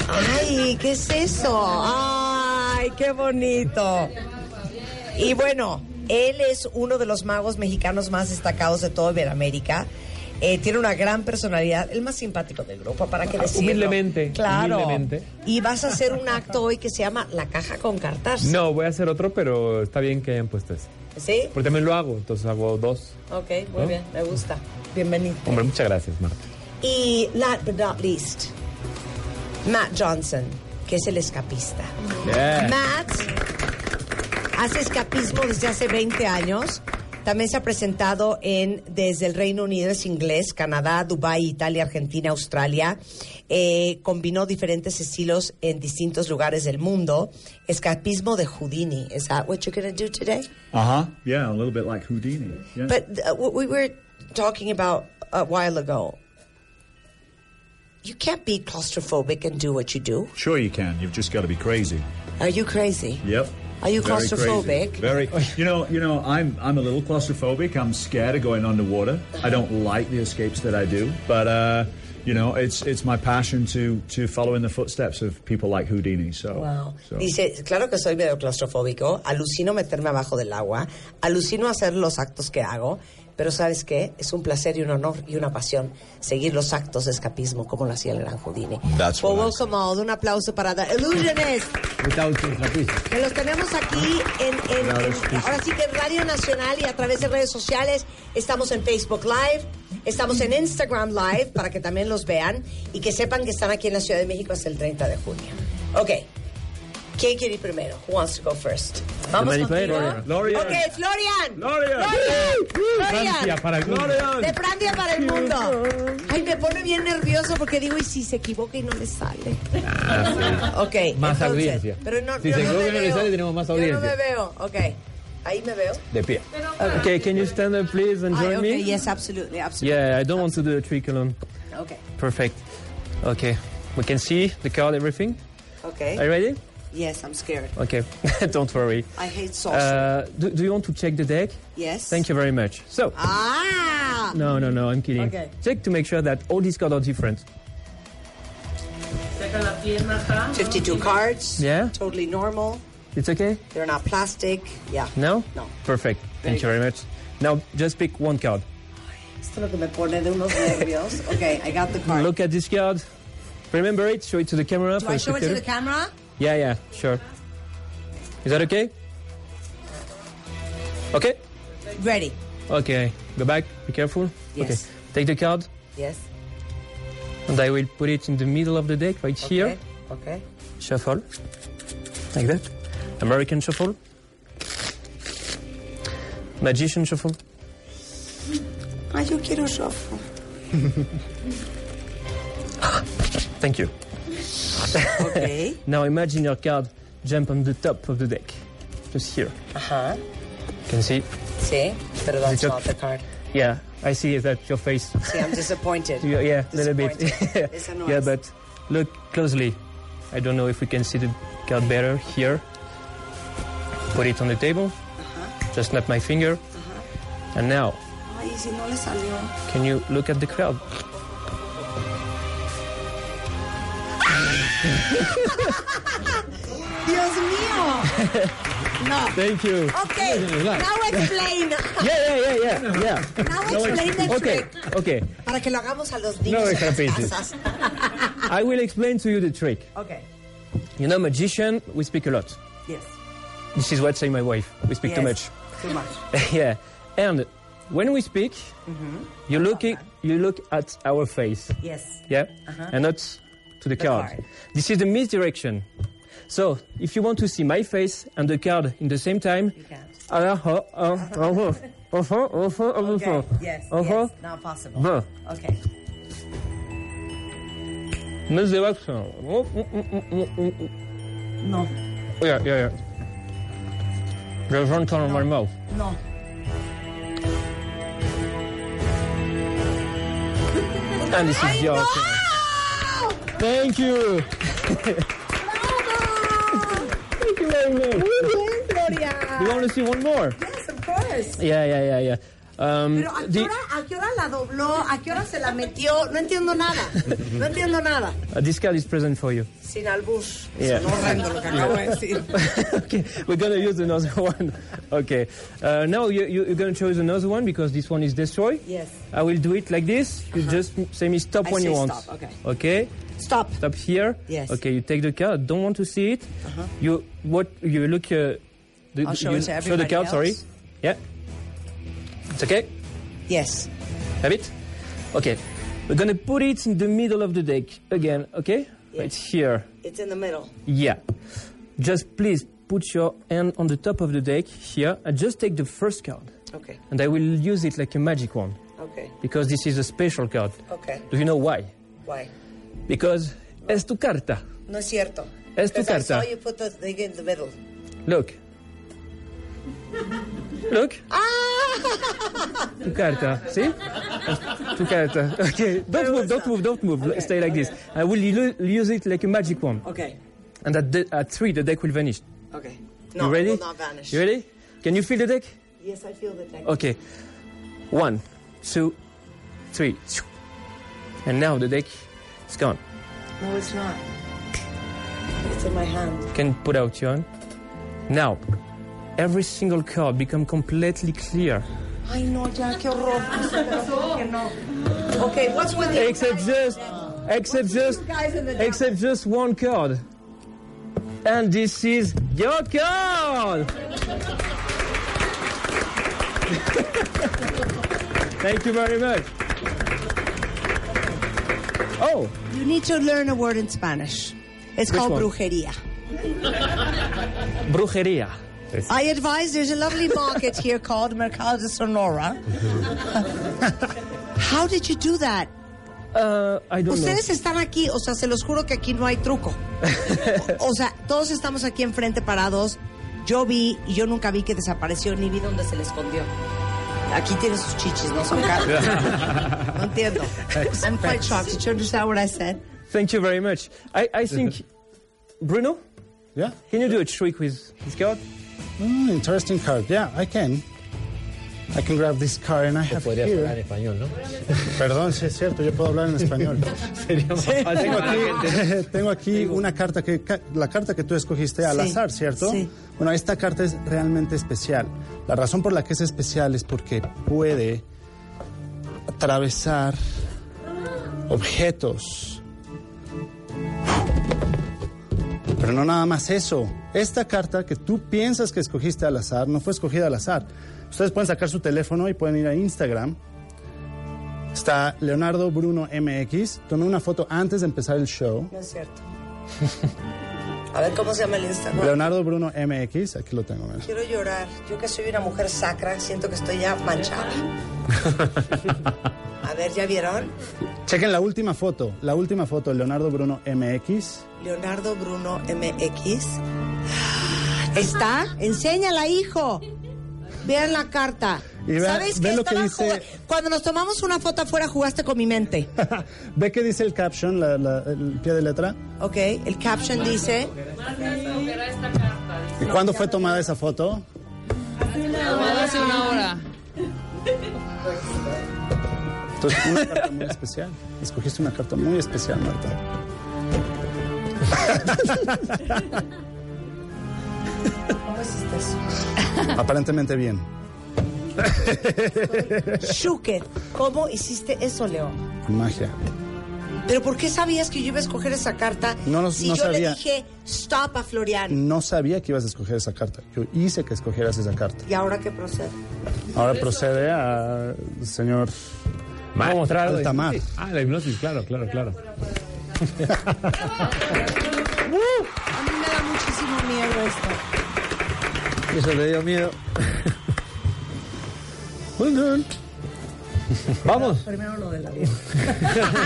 ¡Ay, qué es eso! ¡Ay, qué bonito! Y bueno, él es uno de los magos mexicanos más destacados de toda Iberoamérica. Eh, tiene una gran personalidad, el más simpático del grupo, para que Ah, decirlo. humildemente, Claro. humildemente. Y vas a hacer un acto hoy que se llama La Caja con Cartas. No, voy a hacer otro, pero está bien que hayan puesto ese. ¿Sí? Porque también lo hago, entonces hago dos. Ok, muy ¿No? bien, me gusta. Bienvenido. Hombre, muchas gracias, Marta. Y last but not least, Matt Johnson, que es el escapista. Yeah. Matt hace escapismo desde hace 20 años. También se ha presentado en desde el Reino Unido, es inglés, Canadá, Dubái, Italia, Argentina, Australia. Eh, combinó diferentes estilos en distintos lugares del mundo. Escapismo de Houdini. Is that what you're gonna do today? Uh huh. Yeah, a little bit like Houdini. Yeah. But uh, what we were talking about a while ago. You can't be claustrophobic and do what you do. sure you can. You've just got to be crazy. Are you crazy? Yep. Are you Very crazy. claustrophobic? Oh, Very. You know, you know, I'm I'm a little claustrophobic. I'm scared of going underwater. I don't like the escapes that I do, but uh, you know, it's it's my passion to to follow in the footsteps of people like Houdini. So, Wow. so. Dice, claro que soy medio claustrofóbico, alucino meterme abajo del agua, alucino hacer los actos que hago, pero ¿sabes qué? Es un placer y un honor y una pasión seguir los actos de escapismo como lo hacía el gran Houdini. That's Well, what I welcome all. Un aplauso para The Illusionist. Without you, Que los tenemos aquí en, en- en- ahora sí que en Radio Nacional y a través de redes sociales. Estamos en Facebook Live, estamos en Instagram Live para que también los vean y que sepan que están aquí en la Ciudad de México hasta el 30 de junio. Ok. ¿Quién quiere ir primero? Who wants to go first? Vamos Florian. contigo. Florian. Ok, Florian. Florian. Florian. Francia para el mundo. Florian. De Francia para el mundo. Ay, me pone bien nervioso porque digo, ¿y si se equivoca y no le sale? Ok. Más entonces, audiencia. Pero no, si yo se no equivoca me y no le veo. sale, tenemos más Yo no me audiencia. veo. Ok. Ahí me veo. De pie. Okay, can you stand up, please, and Ay, join ok, me? yes, absolutely, absolutely. Yeah, I don't want to do a trick alone. Okay. Perfect. Okay, we can see the card, everything. Okay. Are you ready? Yes, I'm scared. Okay, don't worry. I hate sauce. Uh, do, do you want to check the deck? Yes. Thank you very much. So. Ah! No, no, no, I'm kidding. Okay. Check to make sure that all these cards are different. 52 cards. Yeah? Totally normal. It's okay? They're not plastic. Yeah. No? No. Perfect. Very Thank you very much. Now, just pick one card. Esto es lo que me pone de unos nervios. Okay, I got the card. Look at this card. Remember it, show it to the camera. Do for I show it to spectator. the camera? Yeah, yeah, sure. Is that okay? Okay? Ready. Okay. Go back. Be careful. Yes. Okay. Take the card, Yes. and I will put it in the middle of the deck right here. Okay. Shuffle. Like that. American shuffle. Magician shuffle. Ah, yo quiero shuffle. Thank you. Okay. now imagine your card jump on the top of the deck. Just here. Ajá. You can see. Sí, pero Is that's it okay? not the card. Yeah, I see that your face. See, I'm disappointed. Yeah, yeah, a little bit. Disappointed. It's annoying. yeah, but look closely. I don't know if we can see the card better here. Put it on the table. Uh-huh. Just snap my finger. And now, Ay, si no le salió. can you look at the crowd? Dios mío. No. Thank you. Okay, now explain. Yeah, yeah, yeah, yeah. yeah. Now explain the okay, trick. okay. Para que lo hagamos a los niños. No en las extrapeces. casas. I will explain to you the trick. Okay. You know, magician, we speak a lot. Yes. This is what say my wife. We speak too much. Yes. Too much. yeah. And when we speak, Mm-hmm. you look i- you look at our face. Yes. Yeah. Uh-huh. And not to the, card. This is the misdirection. So if you want to see my face and the card in the same time, uh-huh, uh, uh-huh, uh-huh, uh-huh, uh-huh, Yes. uh-huh, Yes. Not possible. uh-huh. Okay. Misdirection. Oh, mm, mm, mm, mm, mm, mm. No. Yeah, yeah, yeah. The front on my mouth. No. And this is your turn. Thank you. Thank you very much. Gloria. You want to see one more? Yes, of course. Yeah, yeah, yeah, yeah. Um, Pero ¿a qué, the- hora, ¿a qué hora la dobló? ¿A qué hora se la metió? No entiendo nada. No entiendo nada. uh, this card is present for you. Sin albur. Yeah. Sonó horrendo lo que acabo de decir. okay, we're gonna use another one. Okay. Uh, now you, you, you're gonna choose another one because this one is destroy. Yes. Uh-huh. I will do it like this. You just m- say me stop I when you say want. stop, okay. Okay. Stop. Stop here. Yes. Uh-huh. Okay. You take the card. Don't want to see it. You what? You look. Uh, the, I'll show you it to Show the everybody card. Sorry. else. Yeah. It's okay. Yes. Have it. Okay. We're gonna put it in the middle of the deck again. Okay. Right here. It's in the middle. Yeah. Just please put your hand on the top of the deck here and just take the first card. Okay. And I will use it like a magic one Okay. because this is a special card. Okay. Do you know why? Why? Because es tu carta. No es cierto. Es tu Because I carta. saw you put the thing in the middle. Look. Look, Ah! tu carta. See? Tu carta. Okay, don't move, don't move, don't move. Stay like this. I will u- use it like a magic one. Okay. And at, the, at three, the deck will vanish. Okay. you ready? Will not vanish. You ready? Can you feel the deck? Yes, I feel the thing. Okay. One, two, three. And now the deck is gone. No, it's not. It's in my hand. Can put out your hand. Now, every single card become completely clear. Ay, no, ya, qué horror. Que no. Okay, what's with the Except just, except just, guys in the dark? except just one card. And this is your card. Thank you very much. Oh. You need to learn a word in Spanish. It's Which called one? brujería. Brujeria. I advise there's a lovely market here called Mercado de Sonora. How did you do that? Uh, I don't know. Ustedes están aquí, o sea, se los juro que aquí no hay truco. O sea, todos estamos aquí enfrente parados. Yo vi y yo nunca vi que desapareció ni vi dónde se le escondió. Aquí tiene sus chichis, no son caros. No entiendo. I'm quite shocked. Did you understand what I said? Thank you very much. I, I think, Bruno, Yeah. Can you do a trick with this card? Mm, interesting card. Yeah, I can. I can grab this card and I have podrías eh. here. hablar en español, ¿no? Perdón, sí es cierto, yo puedo hablar en español. Sí, tengo, fácil para la aquí, tengo aquí una carta que ca- la carta que tú escogiste al Sí, azar, ¿cierto? sí. Bueno, esta carta es realmente especial. La razón por la que es especial es porque puede atravesar objetos. Pero no nada más eso. Esta carta que tú piensas que escogiste al azar no fue escogida al azar. Ustedes pueden sacar su teléfono y pueden ir a Instagram Está Leonardo Bruno MX. Tomé una foto antes de empezar el show. No es cierto. A ver cómo se llama el Instagram. Leonardo Bruno MX, aquí lo tengo. mira. Quiero llorar. Yo que soy una mujer sacra, siento que estoy ya manchada. A ver, ¿ya vieron? Chequen la última foto, la última foto, Leonardo Bruno MX. Leonardo Bruno MX. ¿Está? Enséñala, hijo. Vean la carta. Y vea- ¿Sabes ve qué? lo que Estaba dice- jugando- Cuando nos tomamos una foto afuera, jugaste con mi mente. ¿Ve qué dice el caption, la- la- el pie de letra? Ok, el caption dice... ¿Y cuándo fue tomada esa foto? hace una hora. Entonces, una carta muy especial. Escogiste una carta muy especial, Marta. ¿Cómo hiciste eso? Aparentemente bien. Shook it. ¿Cómo hiciste eso, León? Magia. ¿Pero por qué sabías que yo iba a escoger esa carta No lo- si no yo sabía. le Mm. dije stop a Florian? No sabía que ibas a escoger esa carta. Yo hice que escogieras esa carta. ¿Y ahora qué procede? Ahora procede a señor Vamos a mostrar algo de Altamar. hipnosis. Ah, la hipnosis, claro, claro, claro. A mí me da muchísimo miedo esto. Eso le dio miedo. Muy bien. Vamos. Primero lo de la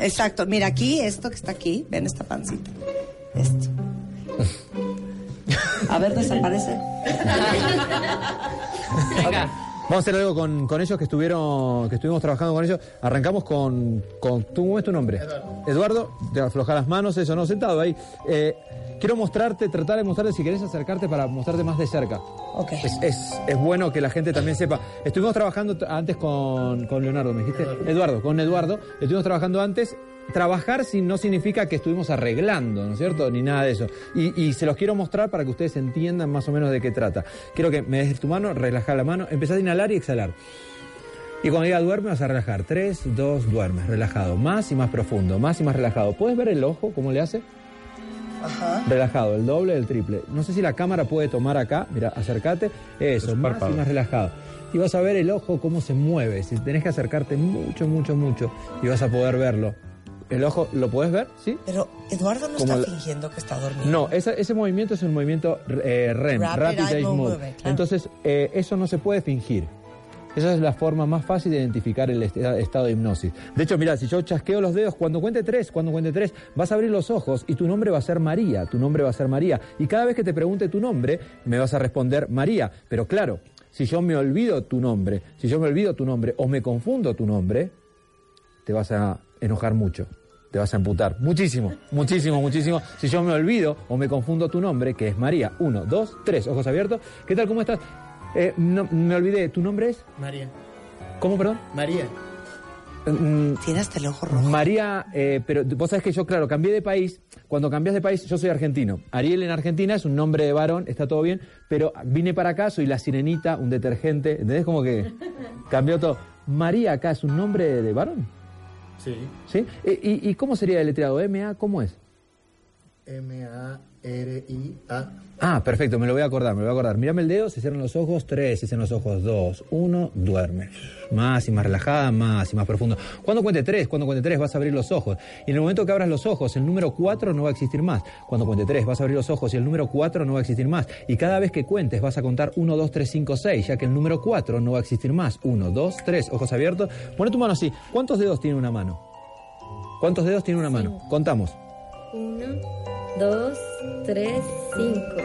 Exacto, mira aquí, esto que está aquí, ven esta pancita. Esto. A ver, desaparece. Vamos a hacer algo con, con ellos que estuvieron, que estuvimos trabajando con ellos. Arrancamos con, con ¿tú, ¿cómo es tu nombre? Eduardo. te afloja las manos, eso no, sentado ahí. Eh, quiero mostrarte, tratar de mostrarte, si querés acercarte para mostrarte más de cerca. Ok. Es, es- es bueno que la gente también sepa. Estuvimos trabajando t- antes con, con Leonardo, me dijiste. Eduardo. con Eduardo. Estuvimos trabajando antes. Trabajar si no significa que estuvimos arreglando, ¿no es cierto? Ni nada de eso. Y, y se los quiero mostrar para que ustedes entiendan más o menos de qué trata. Quiero que me des tu mano, relajar la mano, empezás a inhalar y exhalar. Y cuando diga duerme vas a relajar. Tres, dos, duermes, relajado. Más y más profundo, más y más relajado. ¿Puedes ver el ojo cómo le hace? Ajá. Relajado, el doble, el triple. No sé si la cámara puede tomar acá. Mira, acércate. Eso, más y más relajado. Y vas a ver el ojo cómo se mueve. Si tenés que acercarte mucho, mucho, mucho. Y vas a poder verlo. El ojo, ¿lo puedes ver? ¿Sí? Pero Eduardo no Como está la- fingiendo que está dormido. No, esa- ese movimiento es un movimiento eh, REM, Rapid Rapid, Eye Eye Movement. Movement, claro. Entonces, eh, eso no se puede fingir. Esa es la forma más fácil de identificar el est- estado de hipnosis. De hecho, mira, si yo chasqueo los dedos, cuando cuente tres, cuando cuente tres, vas a abrir los ojos y tu nombre va a ser María, tu nombre va a ser María. Y cada vez que te pregunte tu nombre, me vas a responder María. Pero claro, si yo me olvido tu nombre, si yo me olvido tu nombre o me confundo tu nombre, te vas a enojar mucho. Te vas a amputar. Muchísimo, muchísimo, muchísimo. Si yo me olvido o me confundo tu nombre, que es María. Uno, dos, tres. Ojos abiertos. ¿Qué tal? ¿Cómo estás? Eh, no, me olvidé. ¿Tu nombre es? María. ¿Cómo, perdón? María. Tiene mm, hasta el ojo rojo. María, eh, pero vos sabés que yo, claro, cambié de país. Cuando cambias de país, yo soy argentino. Ariel en Argentina es un nombre de varón, está todo bien. Pero vine para acá, soy la sirenita, un detergente. ¿Entendés? Como que cambió todo. María acá es un nombre de, de varón. Sí. ¿Sí? E- ¿Y, y cómo sería el letreado? ¿MA? ¿Cómo es? M-A-R-I-A. Ah, perfecto, me lo voy a acordar, me lo voy a acordar. Mírame el dedo, se cierran los ojos, tres, se cierran los ojos, dos, uno, duerme. Más y más relajada, más y más profundo. Cuando cuente tres, cuando cuente tres vas a abrir los ojos. Y en el momento que abras los ojos, el número cuatro no va a existir más. Cuando cuente tres vas a abrir los ojos y el número cuatro no va a existir más. Y cada vez que cuentes vas a contar uno, dos, tres, cinco, seis, ya que el número cuatro no va a existir más. Uno, dos, tres, ojos abiertos. Pone tu mano así. ¿Cuántos dedos tiene una mano? ¿Cuántos dedos tiene una mano? Contamos. Uno, dos, tres, cinco,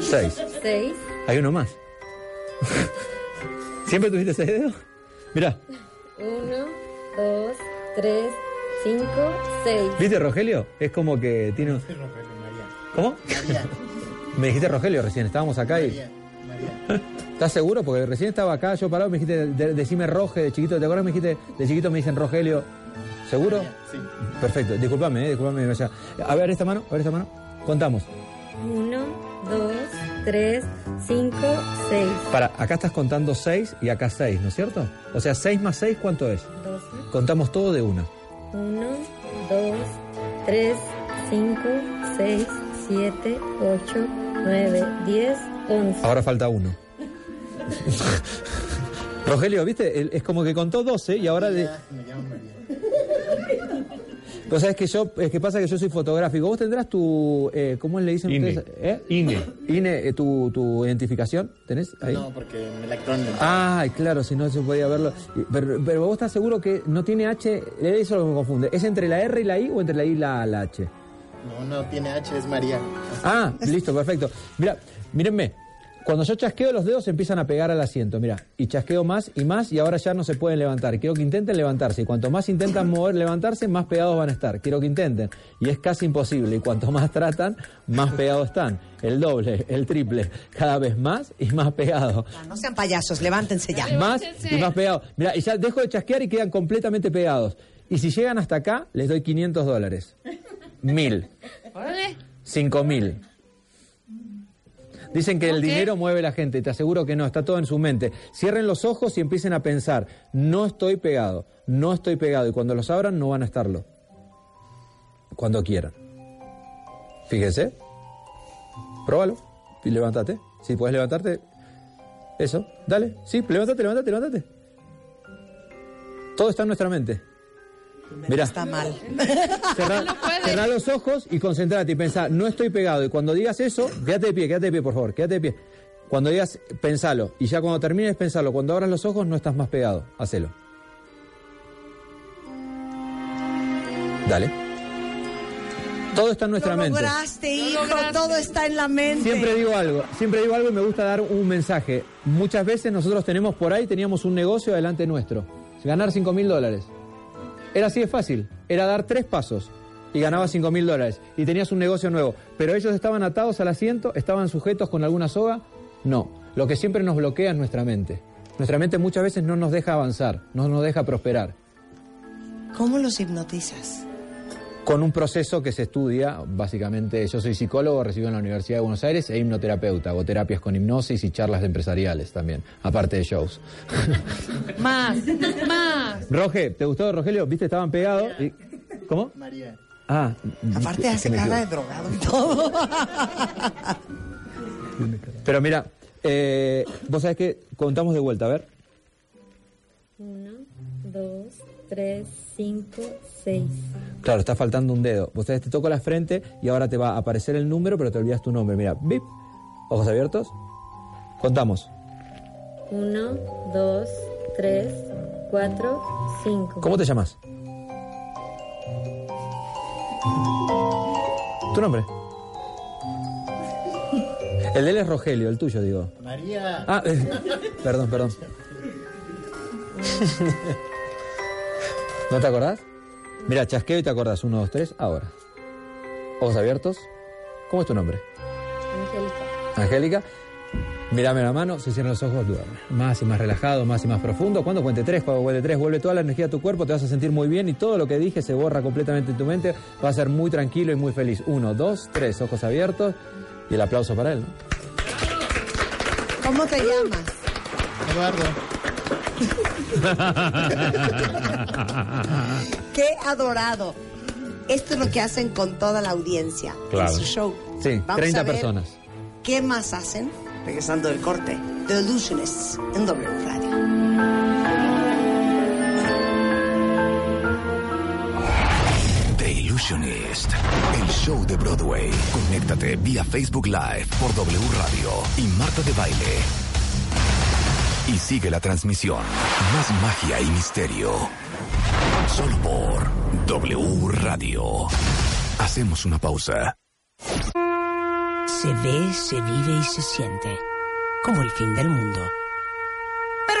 Seis. seis. Hay uno más. ¿Siempre tuviste seis dedos? Mirá, Uno, dos, tres, cinco, seis. ¿Viste, Rogelio? Es como que tiene un... ¿Cómo? Me dijiste Rogelio recién, estábamos acá y... ¿Estás seguro? Porque recién estaba acá, yo parado, me dijiste, de- decime Roge de chiquito, ¿te acuerdas? Me dijiste, de chiquito me dicen Rogelio. ¿Seguro? Sí. Perfecto, disculpame, eh, disculpame. o sea, A ver esta mano, a ver esta mano. Contamos. Uno, dos, tres, cinco, seis. Para, acá estás contando 6 y acá 6, ¿no es cierto? O sea, 6 más 6, ¿cuánto es? Doce. Contamos todo de una. 1, 2, 3, 5, 6, 7, 8, 9, 10, 11. Ahora falta uno. Rogelio, ¿viste? Él- Es como que contó 12 y ahora... De... O sea, es que yo, es que pasa que yo soy fotográfico. ¿Vos tendrás tu, eh, cómo le dicen INE. ustedes? ¿Eh? INE. INE, eh, tu, tu identificación, ¿tenés ahí? No, porque en electrónico. Ay, claro, si no se podía verlo. Y- Pero, pero vos estás seguro que no tiene H, eso es lo que me confunde. ¿Es entre la R y la I o entre la I y la, la H? No, no tiene H, es María. Ah, listo, perfecto. Mira, mírenme. Cuando yo chasqueo los dedos empiezan a pegar al asiento, mira, y chasqueo más y más y ahora ya no se pueden levantar. Quiero que intenten levantarse y cuanto más intentan mover, levantarse, más pegados van a estar. Quiero que intenten y es casi imposible y cuanto más tratan, más pegados están. El doble, el triple, cada vez más y más pegados. Ah, No sean payasos, levántense ya. Más y más pegados. Mira, y ya dejo de chasquear y quedan completamente pegados. Y si llegan hasta acá, les doy 500 dólares. 1000. Órale. 5000. Dicen que el dinero mueve la gente, te aseguro que no, está todo en su mente. Cierren los ojos y empiecen a pensar, no estoy pegado, no estoy pegado, y cuando los abran no van a estarlo. Cuando quieran. Fíjese, próbalo y levántate. Si puedes levantarte, eso, dale, sí, levántate, levántate, levántate. Todo está en nuestra mente. Mirá. Está mal. Cerrá, cerrá los ojos y concentrate y pensá, no estoy pegado. Y cuando digas eso, quédate de pie, quédate de pie, por favor, quédate de pie. Cuando digas, pensalo. Y ya cuando termines, pensalo. Cuando abras los ojos, no estás más pegado. Hacelo. Dale. Todo está en nuestra mente. Lograste, hijo, todo está en la mente. Siempre digo algo, siempre digo algo y me gusta dar un mensaje. Muchas veces nosotros tenemos por ahí, teníamos un negocio delante nuestro. Ganar 5 mil dólares. Era así de fácil. Era dar tres pasos y ganabas 5 mil dólares. Y tenías un negocio nuevo. Pero ellos estaban atados al asiento, estaban sujetos con alguna soga. No. Lo que siempre nos bloquea es nuestra mente. Nuestra mente muchas veces no nos deja avanzar, no nos deja prosperar. ¿Cómo los hipnotizas? con un proceso que se estudia, básicamente yo soy psicólogo, recibo en la Universidad de Buenos Aires e hipnoterapeuta, hago terapias con hipnosis y charlas empresariales también, aparte de shows. Más, más. Roge, ¿te gustó Rogelio? ¿Viste? Estaban pegados. y- ¿Cómo? María. Ah, Aparte es que hace me cara de equivoqué. drogado y todo. Pero mira, eh, vos sabés que contamos de vuelta, a ver. 1, 2, 3, 5, 6. Claro, está faltando un dedo. Vos sabés, te toco la frente y ahora te va a aparecer el número, pero te olvidas tu nombre. Mira, bip, ojos abiertos. Contamos. 1, 2, 3, 4, 5. ¿Cómo te llamas? ¿Tu nombre? El de él es Rogelio, el tuyo, digo. María. Ah, eh, perdón, perdón. ¿No te acordás? Mira, chasqueo y te acordás. Uno, dos, tres, ahora. Ojos abiertos. ¿Cómo es tu nombre? Angélica. Angélica. Mírame la mano, se cierran los ojos, duerme. Más y más relajado, más y más profundo. Cuando cuente tres, cuando cuente tres, vuelve toda la energía a tu cuerpo, te vas a sentir muy bien y todo lo que dije se borra completamente en tu mente. Va a ser muy tranquilo y muy feliz. Uno, dos, tres, ojos abiertos y el aplauso para él. ¿no? ¿Cómo te llamas? Eduardo. Qué adorado. Esto es lo que hacen con toda la audiencia Claro. en su show. Sí, Vamos 30 a ver personas. ¿Qué más hacen? Regresando del corte. The Illusionists en doble radio. The Illusionist, el show de Broadway. Conéctate vía Facebook Live por W Radio y Marta de Baile. Y sigue la transmisión. Más magia y misterio. Solo por W Radio. Hacemos una pausa. Se ve, se vive y se siente como el fin del mundo. Pero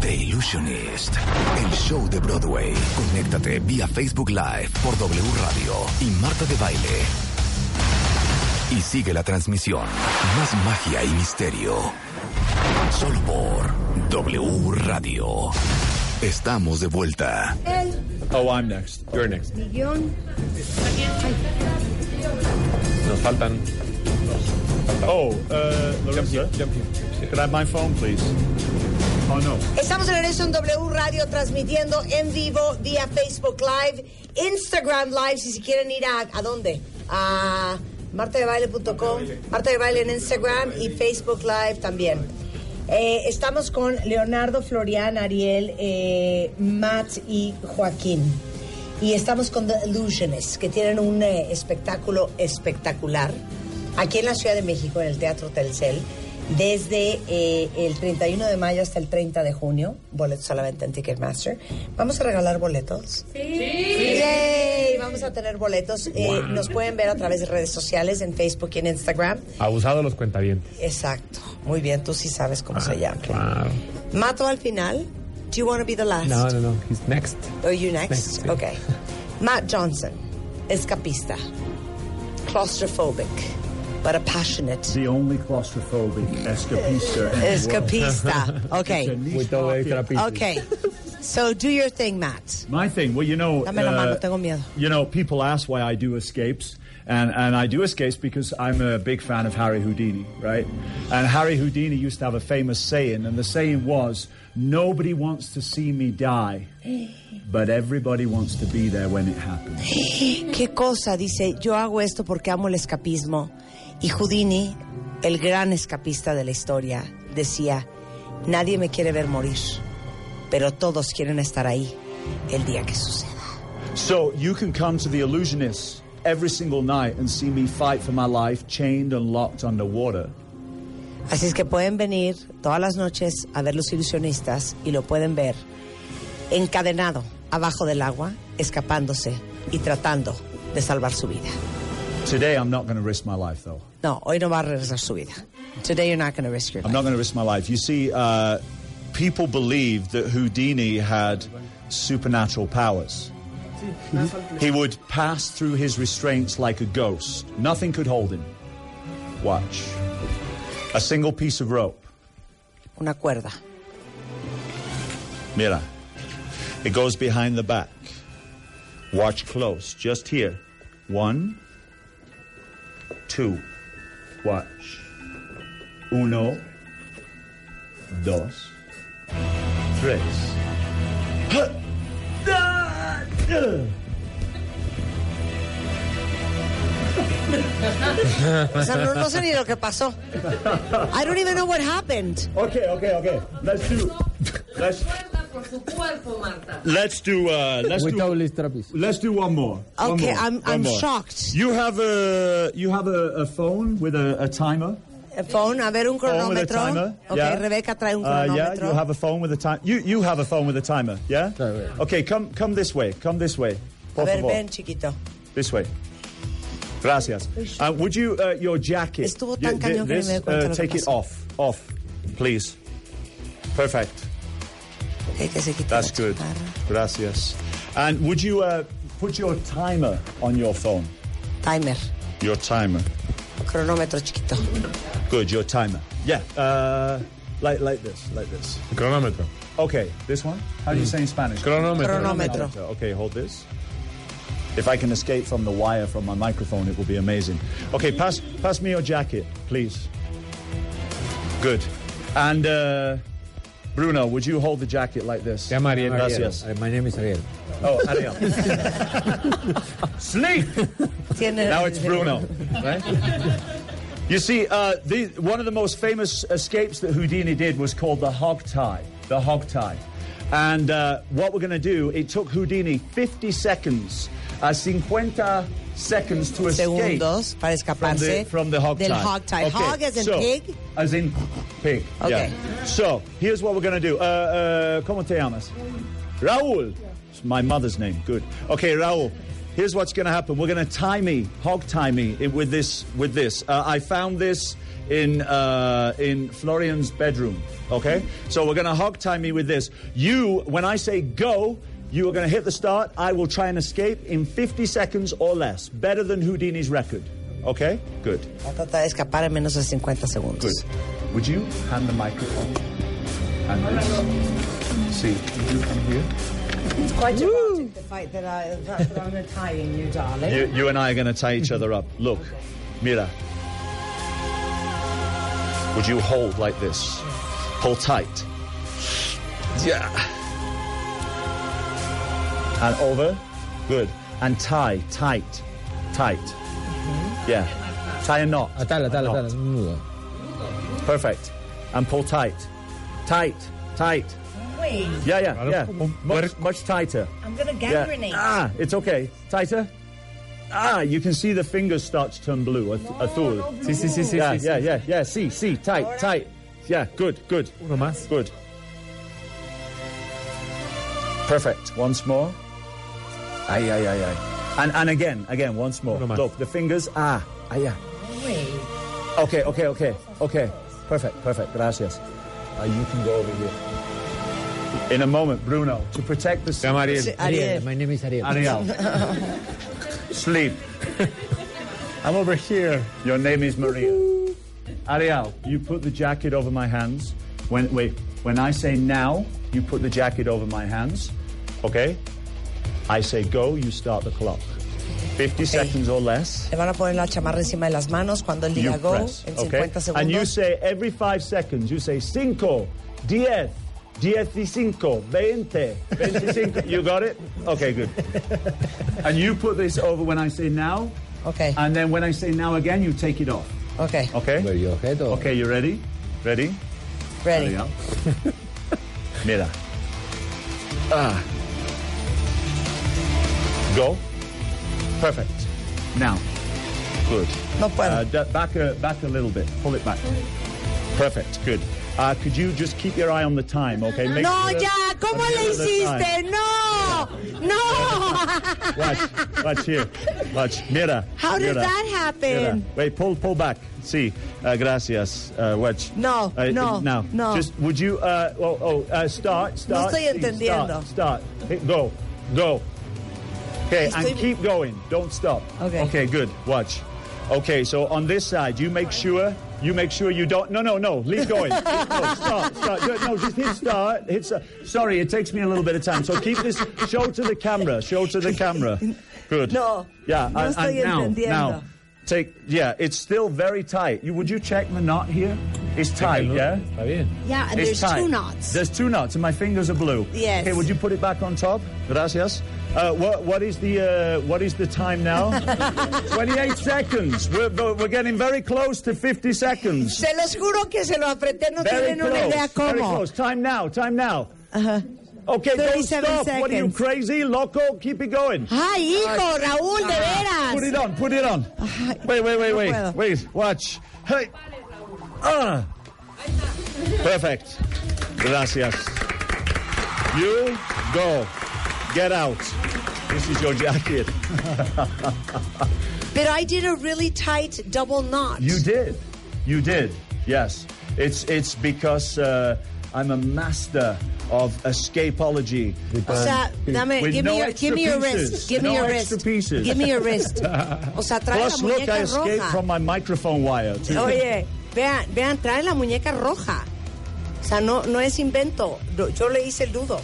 The Illusionist, el show de Broadway. Conéctate vía Facebook Live por W Radio y Marta de Baile. Y sigue la transmisión. Más magia y misterio. Solo por W Radio. Estamos de vuelta. El Oh, I'm next. You're next. millón. Nos faltan. Oh, uh, Larissa, Could I have my phone, please? Oh, no. Estamos de regreso en W Radio transmitiendo en vivo vía Facebook Live, Instagram Live, si se quieren ir a, ¿a dónde? A martadebaile.com, Marta de Baile en Instagram y Facebook Live también. Eh, estamos con Leonardo, Florian, Ariel, eh, Matt y Joaquín. Y estamos con The Illusionists, que tienen un eh, espectáculo espectacular aquí en la Ciudad de México, en el Teatro Telcel, desde eh, el 31 de mayo hasta el 30 de junio. Boletos solamente en Ticketmaster. Vamos a regalar boletos. Yay, Vamos a tener boletos. Eh, Wow. Nos pueden ver a través de redes sociales, en Facebook y en Instagram. Abusado los cuentavientes. Exacto. Muy bien, tú sí sabes cómo se llama. Claro. Mato al final. Do you want to be the last? No, no, no. He's next. Are you next? Okay. Matt Johnson, escapista, claustrophobic, but a passionate. The only claustrophobic escapista. in the world. Escapista. Okay. It's a niche market. Okay. So do your thing, Matt. My thing, well, you know, Dame la uh, mano, tengo miedo. you know, people ask why I do escapes, and, and I do escapes because I'm a big fan of Harry Houdini, right? And Harry Houdini used to have a famous saying, and the saying was, "Nobody wants to see me die, but everybody wants to be there when it happens." Qué cosa, dice, yo hago esto porque amo el escapismo. Y Houdini, el gran escapista de la historia, decía, nadie me quiere ver morir, pero todos quieren estar ahí el día que suceda. So you can come to the illusionist every single night and see me fight for my life, chained and locked underwater. Así es que pueden venir todas las noches a ver los ilusionistas y lo pueden ver encadenado abajo del agua, escapándose y tratando de salvar su vida. Today, I'm not going to risk my life, though. No, hoy no va a regresar su vida. Today you're not going to risk your I'm life. not going to risk my life. You see, uh, people believe that Houdini had supernatural powers. He would pass through his restraints like a ghost. Nothing could hold him. Watch. A single piece of rope. Una cuerda. Mira. It goes behind the back. Watch close, just here. One, two. Watch. Uno, dos, tres. O sea, no, no sé ni lo que pasó. I don't even know what happened. Okay, okay, okay. Let's do. Let's Por su cuerpo, Marta. let's do uh, let's do let's do one more. One Okay, more, I'm- one I'm more. shocked. You have a you have a, a phone with a, a timer. A Eh, Phone, a ver un Phone with a cronómetro. timer, Ok, yeah. Rebeca trae un Uh, yeah, cronómetro. you have a phone with a time. You you have a phone with a timer. Yeah. Okay, come come this way. Come this way. a Por ver, favor. ven, chiquito. This way. Gracias. Uh, would you uh, your jacket? Estuvo you- tan thi- cañón que this, ni me di cuenta lo uh, que take it pasó. off. Off, please. Perfect. That's good. Gracias. And would you uh, put your timer on your phone? Timer. Your timer. Cronómetro chiquito. Good, your timer. Yeah. Uh, like like this, like this. Chronometer. Okay, this one. How do Mm. you say in Spanish? Cronómetro. Cronómetro. Okay, hold this. If I can escape from the wire from my microphone, it will be amazing. Okay, pass pass me your jacket, please. Good. And uh, Bruno, would you hold the jacket like this? Yeah, Maria. I'm Ariel. Gracias. eh, My name is Ariel. Oh, Ariel. Sleep. Tiene- Now it's Bruno. Right? You see, uh, the, one of the most famous escapes that Houdini did was called the hog tie. The hog tie. And uh, what we're going to do, it took Houdini 50 seconds, uh, 50 seconds to escape. Segundos para from the, escaparse from the hog del tie. hog tie. Hog as in so, pig? As in pig. Okay. Yeah. So here's what we're going to do. Uh, uh, ¿Cómo te llamas? Raúl. It's my mother's name. Good. Okay, Raúl. Here's what's going to happen. We're going to tie me, hog tie me i- with this. With this, uh, I found this in uh, in Florian's bedroom. Okay, so we're going to hog tie me with this. You, when I say go, you are going to hit the start. I will try and escape in 50 seconds or less. Better than Houdini's record. Okay, good. Va a tratar de escapar en menos de 50 segundos. Would you hand the microphone? And this. See, would you come here? It's quite erotic, the fact that, I, that I'm Italian, you darling. You, you and I are going to tie each other up. Look, Mira. Would you hold like this? Hold tight. Yeah. And over. Good. And tie, tight, tight. Yeah. Tie a knot. Atal, atal, Perfect. And pull tight. Tight, tight. Wait. Yeah, yeah, yeah. Much, much tighter. I'm gonna gangrenate. Ah, it's okay. Tighter. Ah, you can see the fingers start to turn blue. Azul. azul. blue. Sí, sí, sí, sí, Yeah, sí, yeah, sí. yeah, yeah. See, see, tight, tight. Yeah, good, good. Uno más. Good. Perfect. Once more. Ay, ay, ay, ay. And and again, again, once more. Look, the fingers. Ah, ah, yeah. Wait. Okay, okay, okay, okay. Perfect, perfect. Gracias. Uh, you can go over here. In a moment, Bruno, to protect the. I'm Ariel. Sí, Ariel. Ariel. My name is Ariel. Ariel. Sleep. I'm over here. Your name is Maria. Ariel, you put the jacket over my hands. When wait, when I say now, you put the jacket over my hands. Okay? I say go, you start the clock. 50 seconds or less. Le van a poner la chamarra encima de las manos cuando él diga You go press, en 50 okay? And you segundos. say every five seconds, you say cinco, diez, diecicinco, veinte, veinticinco. you got it? Okay, good. and you put this over when I say now. Okay. And then when I say now again, you take it off. Okay. Okay. Okay, you ready? Ready? Ready. Ariel. Mira. Ah. Go. Perfect. Now. Good. No uh, d- back a back a little bit. Pull it back. Perfect. Good. Uh, could you just keep your eye on the time, okay? Make No, sure- ya, ¿cómo make le sure the hiciste? time- No, no. Watch, watch here. Watch. Mira. How did Mira. that happen? Mira. Wait, pull, pull back. See. Uh, gracias. Uh, watch. No, Uh, no, Now. no. Just, would you, uh, oh, oh, uh, start, start. estoy sí, entendiendo. Start, start. Hey, go, go. Okay, Estoy- and keep going. Don't stop. Okay. Okay, good. Watch. Okay, so on this side, you make sure, you make sure you don't, no, no, no, leave going. no, stop, stop. No, no, just hit start. Hit start. Sorry, it takes me a little bit of time. So keep this, show to the camera, show to the camera. Good. No, Yeah, no and, and estoy now, entendiendo. now, take, yeah, it's still very tight. You, would you check the knot here? It's tight, yeah? Yeah, and there's It's tight. two knots. There's two knots, and my fingers are blue. Yes. Okay, would you put it back on top? Gracias. Uh, what, what is the uh, what is the time now? 28 seconds. We're, we're we're getting very close to 50 seconds. Se los juro que se lo apreté, no very tienen una idea close. Very cómo. close. Time now. Time now. Ajá. Okay, don't 37 stop. What are you seconds. crazy, loco? Keep it going. Ay, hijo, Raúl, de veras. Put it on. Put it on. Wait, wait, wait, no wait, puedo. wait. Watch. Hey. Ah. Perfect. Gracias. You go. Get out. This is your jacket. But I did a really tight double knot. You did. You did. Yes. It's it's because uh, I'm a master of escapology. Um, O sea, dame, With give, no me your, extra give me your pieces. wrist, give me No your extra wrist, pieces. give me your wrist. O sea, trae Plus, la look, I muñeca escaped roja. from my microphone wire. too. Oye, vean, vean, trae la muñeca roja. O sea, no, no es invento. Yo- Yo le hice el dudo.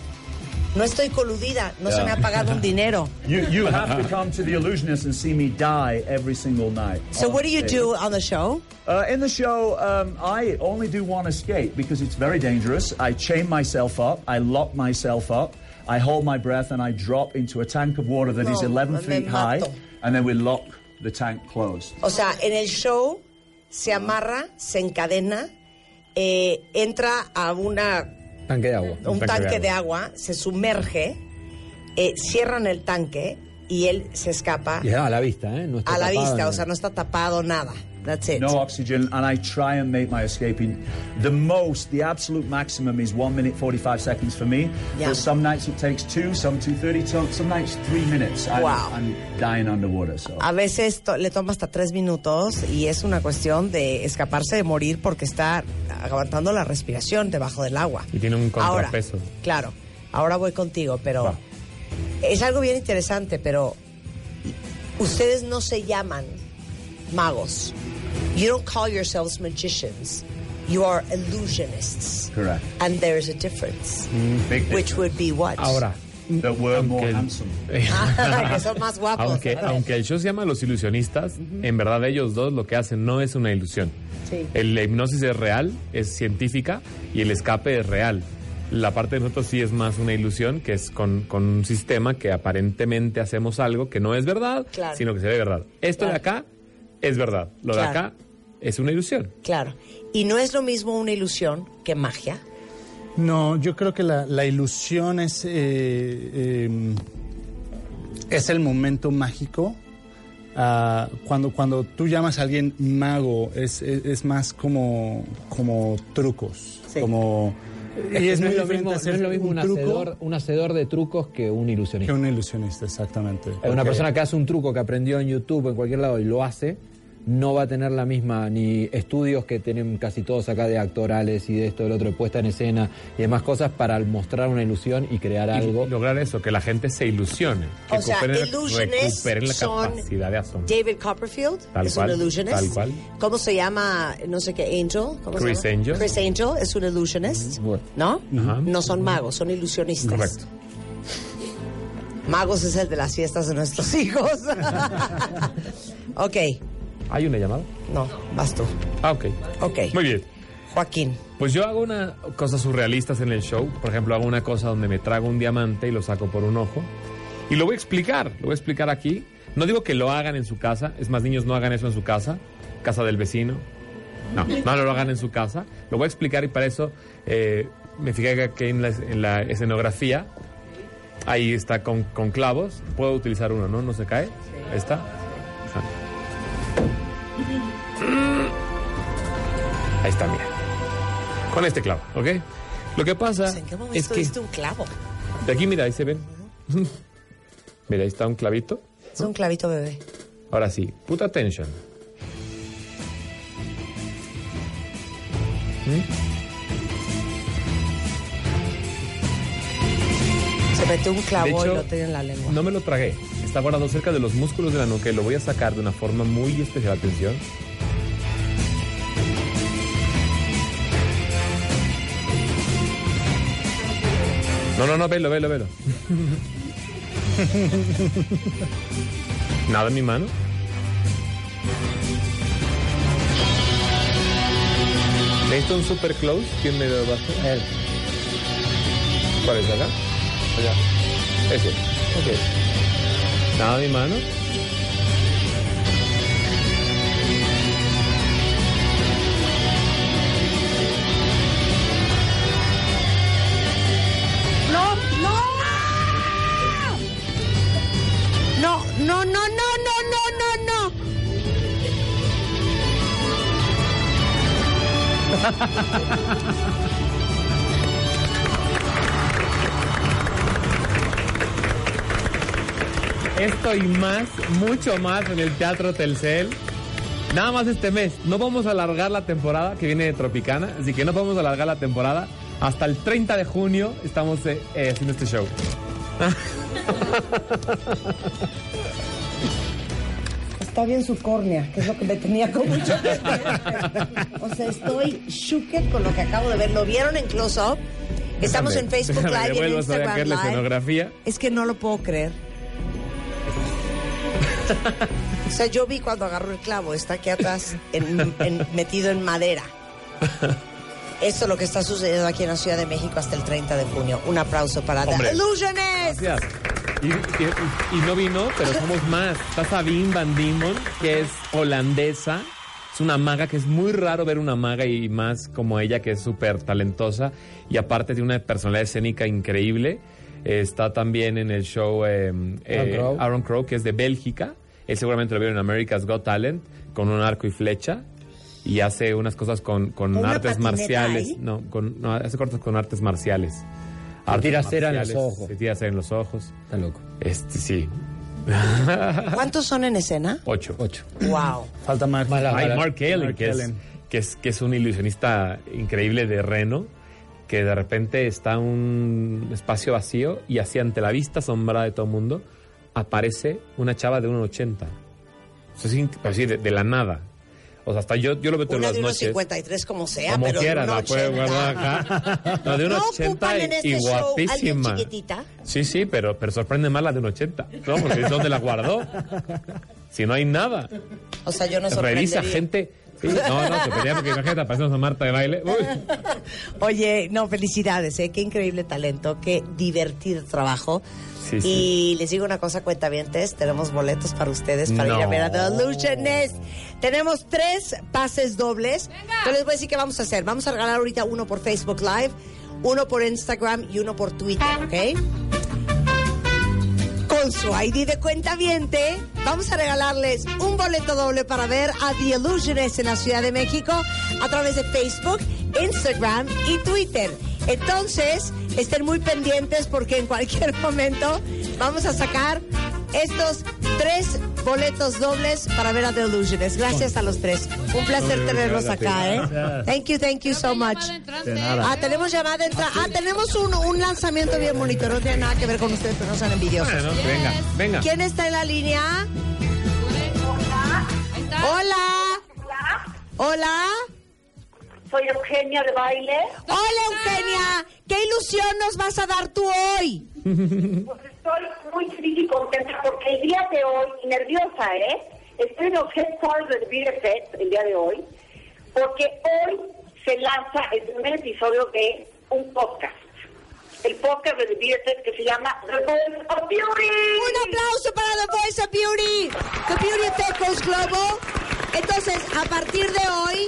No estoy coludida, no se Yeah. me ha pagado un dinero. You, you have to come to the illusionist and see me die every single night. So on what do you stage. do on the show? Uh, in the show, um, I only do one escape because it's very dangerous. I chain myself up, I lock myself up, I hold my breath, and I drop into a tank of water that is No, 11 me feet high, mato. and then we lock the tank closed. O sea, en el show se amarra, se encadena, eh, entra a una Tanque de agua. un tanque de agua, se sumerge, eh, cierran el tanque y él se escapa Y a la vista, ¿eh? No está a la tapado, vista, no. o sea, no está tapado nada. That's it. No oxygen, and I try and make my escape in the most, the absolute maximum is one minute forty five seconds for me. Yeah. But some nights it takes two, some two thirty, some some nights three minutes. I'm, Wow. I'm dying underwater. So A veces to- le toma hasta tres minutos y es una cuestión de escaparse de morir porque está aguantando la respiración debajo del agua. Y tiene un Ahora, contrapeso. claro, ahora voy contigo, pero es algo bien interesante, pero ustedes no se llaman magos. You don't call yourselves magicians. You are illusionists. correct. And there is a difference. Big Which would be what? that were more aunque- handsome. que son más guapos. Aunque, aunque el show se llama Los Ilusionistas, en verdad ellos dos lo que hacen no es una ilusión. Sí. El- la hipnosis es real, es científica y el escape es real. La parte de nosotros sí es más una ilusión, que es con, con un sistema que aparentemente hacemos algo que no es verdad, Claro. sino que se ve verdad. Esto de acá es verdad, lo de Claro. acá es una ilusión. Claro. Y no es lo mismo una ilusión que magia. No, yo creo que la, la ilusión es, eh, eh, es el momento mágico. Ah, cuando, cuando tú llamas a alguien mago, es, es- es más como, como trucos. Como, y es no muy es lo diferente mismo, hacer no es lo mismo un, truco hacedor, un hacedor de trucos que un ilusionista. que un ilusionista, exactamente. Una Porque- persona que hace un truco que aprendió en YouTube o en cualquier lado y lo hace, no va a tener la misma ni estudios que tienen casi todos acá de actorales y de esto, del otro, de puesta en escena y demás cosas para mostrar una ilusión y crear algo. lograr eso, que la gente se ilusione, que O sea, recuperen- illusionists recuperen la son capacidad de asombro. David Copperfield Tal es cual, un illusionist. tal cual. ¿Cómo se llama? No sé qué, Angel. ¿Cómo se Chris llama? Angel. Chris Angel es un illusionist. ¿No? Ajá. No son magos, son ilusionistas. Correcto. Magos es el de las fiestas de nuestros hijos. ok, ¿Hay una llamada? No, vas tú. Ah, ok. Ok. Muy bien. Joaquín. Pues yo hago una cosas surrealistas en el show. Por ejemplo, hago una cosa donde me trago un diamante y lo saco por un ojo. Y lo voy a explicar, lo voy a explicar aquí. No digo que lo hagan en su casa, es más, niños no hagan eso en su casa, casa del vecino. No, no lo hagan en su casa. Lo voy a explicar y para eso eh, me fijé que aquí en la, en la escenografía ahí está con, con clavos. Puedo utilizar uno, ¿no? No se cae. Ahí está. Ajá. Ahí está, mira. Con este clavo, ¿ok? Lo que pasa ¿En qué momento es que viste un clavo? de aquí, mira, ahí se ven. mira, ahí está un clavito. Es un clavito bebé. Ahora sí, put attention. Se metió un clavo De hecho, y lo tiene en la lengua. No me lo tragué. Está guardado cerca de los músculos de la nuca y lo voy a sacar de una forma muy especial. Atención. No, no, no, velo, velo, velo. Nada en mi mano. Necesito un super close. ¿Quién me lo va a hacer? Él. ¿Cuál es acá? Allá. Ese. Ok. Nada en mi mano. No, no. No, no, no, no, no, no, no, no. Esto y más, mucho más en el Teatro Telcel. Nada más este mes. No vamos a alargar la temporada que viene de Tropicana, así que no vamos a alargar la temporada. Hasta el 30 de junio estamos eh, eh, haciendo este show. Está bien su córnea, que es lo que me tenía con mucho O sea, estoy shooked con lo que acabo de ver. ¿Lo vieron en close-up? Estamos en Facebook Déjame, Live y en devuelvo, se va a Instagram caer la Live. escenografía. Es que no lo puedo creer. O sea, yo vi cuando agarró el clavo, está aquí atrás, en- en- metido en madera. Esto es lo que está sucediendo aquí en la Ciudad de México hasta el 30 de junio. Un aplauso para The Hombre. Illusionist. Gracias. Y, y- y no vino, pero somos más. Está Sabine Van Diemen, que es holandesa. Es una maga que es muy raro ver una maga y más como ella que es súper talentosa y aparte tiene una personalidad escénica increíble. Eh, está también en el show eh, eh, Crowe. Aaron Crow, que es de Bélgica. Él seguramente lo vieron en America's Got Talent con un arco y flecha y hace unas cosas con, con ¿Una artes patineta marciales. ahí? No, con- no, hace cortos con artes marciales. Se tira cera en los ojos. Se tira cera en los ojos. Está loco. Este, sí. ¿Cuántos son en escena? Ocho. Ocho. Wow. Falta Mark. Hay Mark Ellen, que, es, que, es, que es un ilusionista increíble de Reno, que de repente está en un espacio vacío y así ante la vista asombrada de todo el mundo aparece una chava de 1,80. O sea, es in- así de, de la nada. O sea, hasta yo, yo lo veo todas Una las de unos noches. 53 como sea, Como pero quieras, de la unos puedes 80. guardar acá. No, de unos ¿No 80 ocupan en este y show alguien guapísima. chiquitita? Sí, sí, pero, pero sorprende más la de un 80. No, porque es donde la guardó. Si no hay nada. O sea, yo no sorprendería. Revisa gente. Sí, no, no, te pedía porque imagínate, aparecemos a Marta de baile. Uy. Oye, no, felicidades, ¿eh? Qué increíble talento, qué divertido trabajo. Sí, y sí. les digo una cosa, cuentavientes, tenemos boletos para ustedes para ir a No. ver a The Illusionist. Tenemos tres pases dobles. Yo les voy a decir qué vamos a hacer. Vamos a regalar ahorita uno por Facebook Live, uno por Instagram y uno por Twitter, ¿ok? Con su ID de cuenta viente, vamos a regalarles un boleto doble para ver a The Illusionist en la Ciudad de México a través de Facebook, Instagram y Twitter. Entonces, estén muy pendientes porque en cualquier momento vamos a sacar estos tres boletos dobles para ver a The Illusionist. Gracias a los tres. Un placer No, tenerlos acá, ¿eh? gracias. Thank you, thank you so much. De nada. Ah, tenemos llamada entrada. Ah, tenemos un, un lanzamiento bien bonito. No tiene nada que ver con ustedes, pero no sean envidiosos. Bueno, venga, venga. ¿Quién está en la línea? Hola. Hola. Soy Eugenia de baile. Hola, Eugenia. ¿Qué ilusión nos vas a dar tú hoy? Pues estoy muy feliz y contenta porque el día de hoy, y nerviosa, ¿eh? Estoy en el headquarters de Beer Fest el día de hoy, porque hoy se lanza el primer episodio de un podcast. El podcast de Beer Fest que se llama The Voice of Beauty. Un aplauso para The Voice of Beauty, The Beauty Effect Coast Globo. Entonces, a partir de hoy,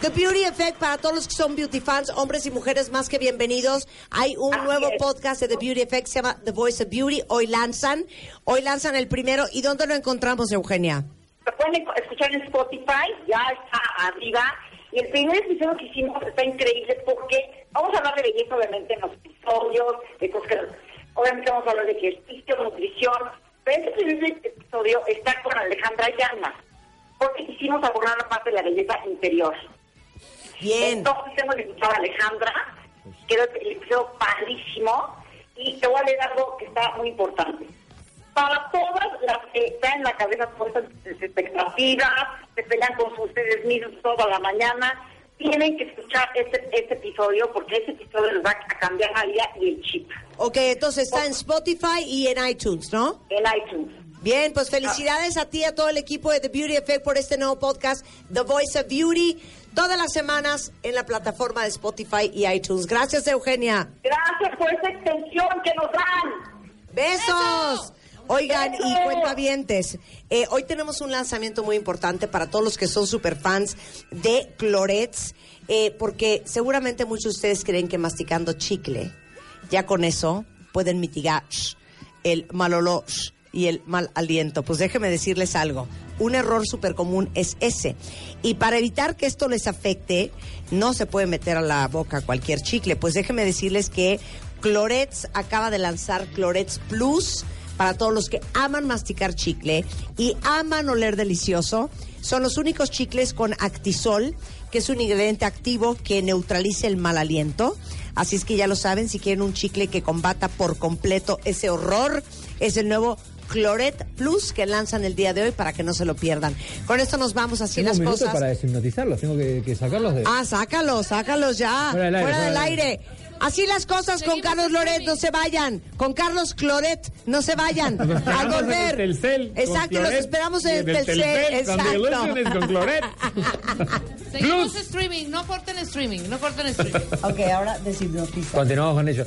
The Beauty Effect, para todos los que son beauty fans, hombres y mujeres más que bienvenidos, hay un nuevo podcast de The Beauty Effect, se llama The Voice of Beauty. Hoy lanzan, hoy lanzan el primero. ¿Y dónde lo encontramos, Eugenia? Lo pueden escuchar en Spotify, ya está arriba. Y el primer episodio que hicimos está increíble porque vamos a hablar de belleza, obviamente, en los episodios, de cosas que- obviamente vamos a hablar de ejercicio, nutrición. Pero este primer episodio está con Alejandra Llamas, porque quisimos abordar la parte de la belleza interior. Bien. Entonces hemos invitado a Alejandra, quedó el episodio padrísimo, y te voy a leer algo que está muy importante para todas las que están en la cabeza puestas sus expectativas, se pelean con ustedes mismos toda la mañana, tienen que escuchar este, este episodio porque este episodio les va a cambiar la vida y el chip. Ok, entonces está en Spotify y en iTunes, ¿no? En iTunes. Bien, pues felicidades a ti y a todo el equipo de The Beauty Effect por este nuevo podcast, The Voice of Beauty, todas las semanas en la plataforma de Spotify y iTunes. Gracias, Eugenia. Gracias por esa extensión que nos dan. Besos. Oigan, y cuentavientes, eh, hoy tenemos un lanzamiento muy importante para todos los que son superfans de Clorets, eh, porque seguramente muchos de ustedes creen que masticando chicle, ya con eso pueden mitigar el mal olor y el mal aliento. Pues déjenme decirles algo, un error súper común es ese. Y para evitar que esto les afecte, no se puede meter a la boca cualquier chicle. Pues déjenme decirles que Clorets acaba de lanzar Clorets Plus para todos los que aman masticar chicle y aman oler delicioso. Son los únicos chicles con actisol, que es un ingrediente activo que neutraliza el mal aliento. Así es que ya lo saben, si quieren un chicle que combata por completo ese horror, es el nuevo Cloret Plus que lanzan el día de hoy para que no se lo pierdan. Con esto nos vamos así Tengo un las minuto cosas. para deshipnotizarlos, tengo que, que sacarlos de... Ah, sácalos, sácalos ya. Fuera del aire. Así las cosas con Carlos Loret, no se vayan. Con Carlos Cloret, no se vayan. Al Esperamos en volver. el Telcel, con Exacto, los Cloret, esperamos en y el Telcel. con The Illusion es Exacto. con Cloret. Seguimos streaming, no corten streaming, no corten streaming. Ok, ahora deshipnotiza. Continuamos con ello.